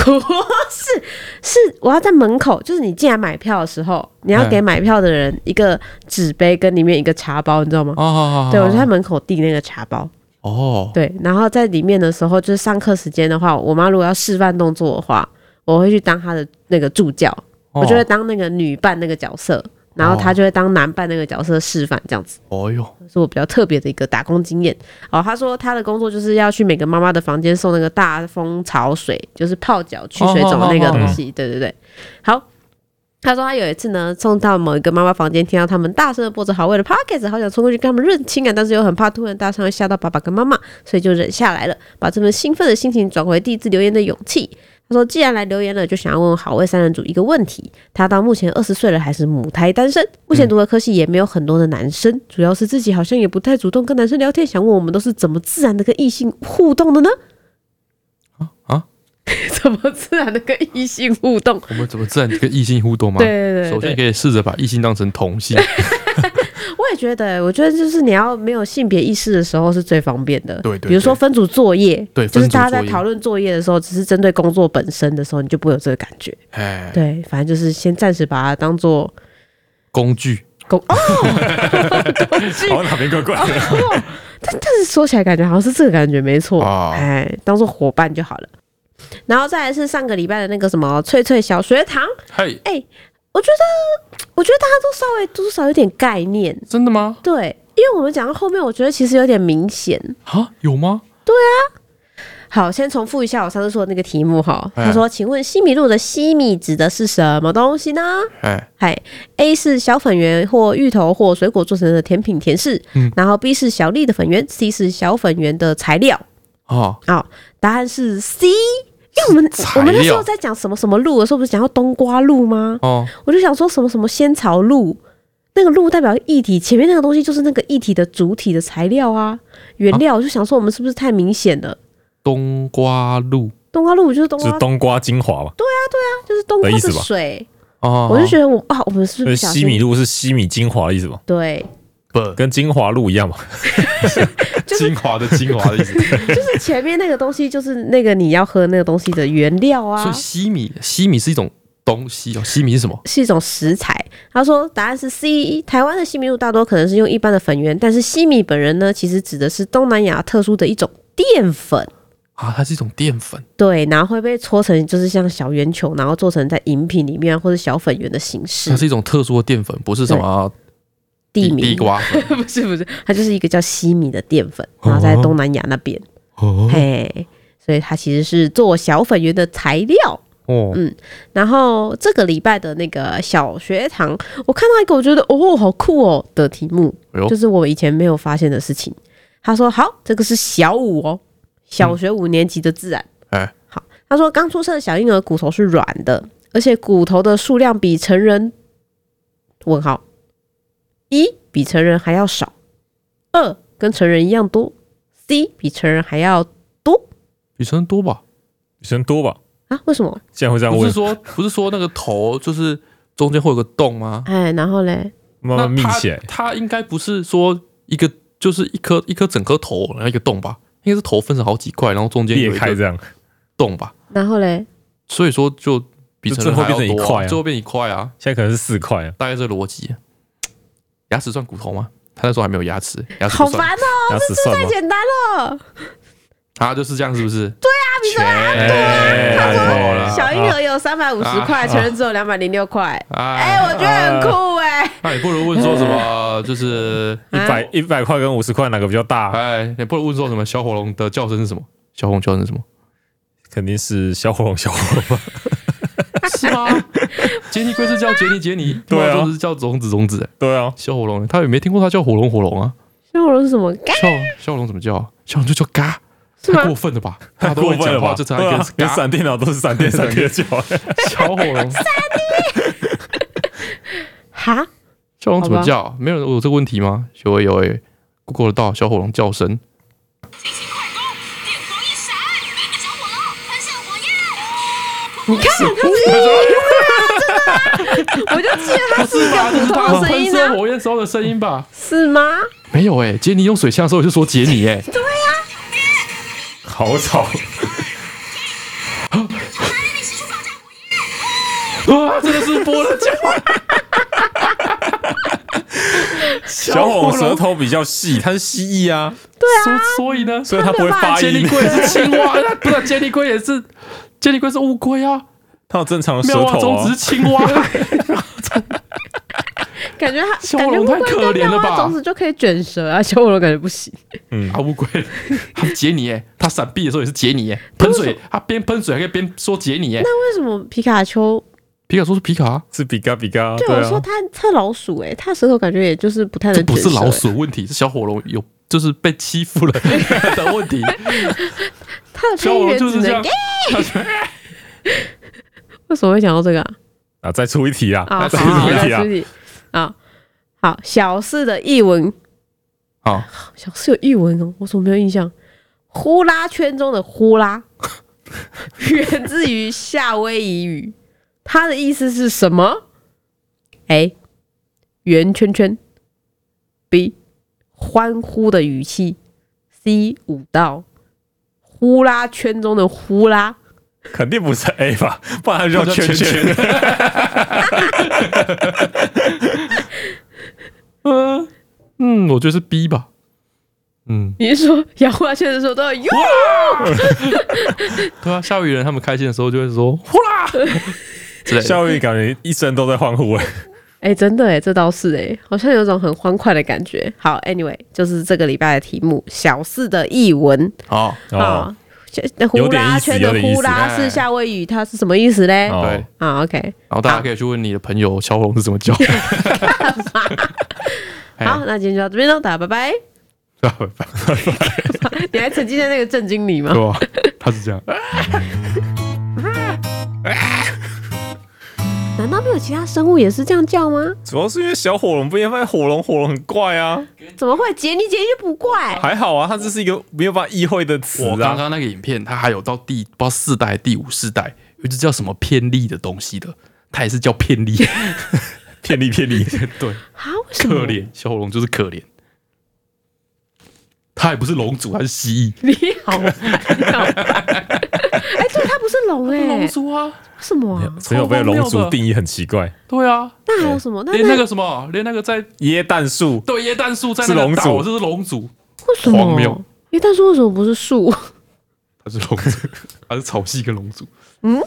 是，是我要在门口，就是你进来买票的时候，你要嗯给买票的人一个纸杯跟里面一个茶包，你知道吗？哦，对，我就在门口递那个茶包。哦，对，然后在里面的时候，就是上课时间的话，我妈如果要示范动作的话，我会去当她的那个助教，我哦就会当那个女扮那个角色，然后她就会当男扮那个角色示范这样子。哦哟，是我比较特别的一个打工经验。哦，他说他的工作就是要去每个妈妈的房间送那个大蜂巢水，就是泡脚去水肿的那个东西。对对对，好。他说他有一次呢，送到某一个妈妈房间，听到他们大声的播着好味的 pockets，好想冲过去跟他们认亲啊，但是又很怕突然大声会吓到爸爸跟妈妈，所以就忍下来了，把这份兴奋的心情转回第一次留言的勇气。他说：“既然来留言了，就想要问好味三人组一个问题。他到目前二十岁了，还是母胎单身，目前读的科系也没有很多的男生，主要是自己好像也不太主动跟男生聊天。想问我们都是怎么自然的跟异性互动的呢？啊， 怎么自然的跟异性互动？我们怎么自然跟异性互动吗？对对对首对先可以试着把异性当成 同性，我也觉得，我觉得就是你要没有性别意识的时候是最方便的。对对对比如说分组作业，对就是分组大家在作业讨论作业的时候，只是针对工作本身的时候，你就不会有这个感觉。哎，对，反正就是先暂时把它当做工具，工哦，工具。好哪边怪怪的？但但是说起来感觉好像是这个感觉没错，哦哎、当做伙伴就好了。然后再来是上个礼拜的那个什么翠翠小学堂，嘿，我觉得，我觉得大家都稍微多少有点概念，真的吗？对，因为我们讲到后面，我觉得其实有点明显。啊，有吗？好，先重复一下我上次说的那个题目哈。哎他说：“请问西米露的西米指的是什么东西呢？”哎，嗨，A 是小粉圆或芋头或水果做成的甜品甜食，嗯然后 B 是小粒的粉圆，C 是小粉圆的材料。哦，哦，答案是 C。因为我们材我料们那时候在讲什么什么露的时候，不是讲到冬瓜露吗？哦，我就想说什么什么仙草露，那个露代表液体，前面那个东西就是那个液体的主体的材料啊，原料。我就想说我们是不是太明显了？冬瓜露，冬瓜露就是冬是瓜，冬瓜精华吧？就是冬瓜的意的思吧水。哦，我就觉得我啊，我们是不是所以不小西心米露是西米精华的意思吧？对，不，跟精华露一样嘛？就是 精华的精华的 意思。就是前面那个东西就是那个你要喝那个东西的原料啊所以。西米，西米是一种东西哦。西米是什么？是一种食材。他说答案是 C。台湾的西米露大多可能是用一般的粉圆，但是西米本人呢，其实指的是东南亚特殊的一种淀粉。啊，它是一种淀粉。对，然后会被搓成就是像小圆球，然后做成在饮品里面或者小粉圆的形式它。是一种特殊的淀粉，不是什么地名地瓜粉不是不是，它就是一个叫西米的淀粉，然后在东南亚那边，哦嘿，所以它其实是做小粉圆的材料。哦嗯然后这个礼拜的那个小学堂，我看到一个我觉得哦好酷哦的题目，哎呦就是我以前没有发现的事情。他说好，这个是小五哦，小学五年级的自然。哎好，他说刚出生的小婴儿骨头是软的，而且骨头的数量比成人问号一比成人还要少，二跟成人一样多，C 比成人还要多比成人多吧？女生多吧？啊？为什么？竟然会这样不是问，说不是说那个头就是中间会有个洞吗？哎，然后嘞，慢那慢密它起来。它应该不是说一个就是一颗一颗整颗头然后一个洞吧？应该是头分成好几块，然后中间有裂一开个这样，洞吧？然后嘞，所以说就比成人还要就最后变成多一块啊最后变一块啊，现在可能是四块啊，大概这个逻辑。牙齿算骨头吗？他那时候还没有牙齿，牙齿好不算。烦哦。牙齿算太吗？简单了，啊，就是这样，是不是？对啊，比成人啊哎他说好了小婴儿有三百五十块，啊成人只有两百零六块。哎，哎，我觉得很酷哎，那你不如问说什么，就是一百一百块跟五十块哪个比较大？哎，你不如问说什么？小火龙的叫声是什么？小红叫声是什么？肯定是小火龙，小火龙吧？是吗？杰尼龟是叫杰尼杰尼，对啊猫就是叫种子种子。 对啊，小火龙，他也没听过他叫火龙火龙啊。那我是什么？小小火龙怎么叫啊？小火龙就叫嘎，是吗 太过分了吧？大家太都过会分了讲吧？话，就差一对个啊连嘎。闪电脑都是闪电 闪电的叫，小火龙，哈，小龙怎么好吧叫？没有人有这个问题吗？有诶有诶、g o o g l e 得到小火龙叫声。电光一闪，小火龙喷射火焰，你看，我就记得它是一个 普通的声音啊，火焰时候的声音吧？是吗？没有诶、杰尼用水枪的时候我就说杰尼诶、好吵！你使出爆炸火焰，啊，这个是波的叫。 小红舌头比较细，它是蜥蜴啊，对啊，所以呢，所以它不会发杰尼音。龟也是青蛙， 那不是杰尼龟也是杰尼龟是乌龟啊，它有正常的舌妙蛙头中只啊是。青蛙。感觉它小感火觉龙乌太可龟怜跟了妙吧蛙种子就可以卷舌啊，小火龙感觉不行。 啊，乌龟，他杰尼耶，他闪避的时候也是杰尼耶，喷水，他边喷水还可以边说杰尼耶。那为什么皮卡丘？皮卡说是皮卡啊，是比嘎比嘎，对对我说啊，它它老鼠哎，它舌头感觉也就是不太这能不卷舌是欸。老鼠的问题，是小火龙有就是被欺负 了的问 题。它的配小音火龙员就只是这样能。为什么会讲到这个啊？啊，再出一题啊，啊，再好出好，一题再啊处，理啊。好，小四的译文，好，小四有译文哦，我怎么没有印象？呼啦圈中的呼啦，源自于夏威夷语，它的意思是什么？A. 圆圈圈，B. 欢呼的语气，C. 舞蹈，呼啦圈中的呼啦，肯定不是 A 吧？ 不然它绕圈圈。嗯嗯，我觉得是 B 吧。嗯，你是说摇花圈的时候都要哟？对啊，夏威夷人他们开心的时候就会说 呼啦之类的。夏威夷感觉一生都在欢呼哎，哎、真的哎，这倒是哎，好像有种很欢快的感觉。好，anyway，就是这个礼拜的题目，小四的译文好，啊。这呼哦有点啦意思圈有的点意思呼啦哎是夏威夷，它是什么意思嘞？哦对，啊，OK，然后大家可以去问你的朋友小火龙是怎么 叫。 哎好，，那今天就到这边喽，大家拜拜。对吧你还沉浸在那个震惊里吗？对吧？他是这样。难道没有其他生物也是这样叫吗？主要是因为小火龙不一样，发现火龙火龙很怪啊，怎么会？杰尼杰尼就不怪，还好啊，它这是一个没有办法意会的 词我刚啊。刚那个影片，它还有到第不知道四代、第五世代，有一只叫什么偏利的东西的，它也是叫偏利。骗你 骗你， 对，啊？为什 可么？怜小火龙就是可怜，它也不是龙族，它是蜥蜴。你好烦哦，哎，对，它不是龙哎，龙为族啊，什么啊？ 所以我被龙族定义很奇怪。对啊，那还有什么？那连那那个什么，连那个在椰蛋树对椰蛋树在那是龙个族岛，这是龙族，为什荒么谬？因为但是为什么不是树？ 它是龙族，它是草系跟龙族。嗯，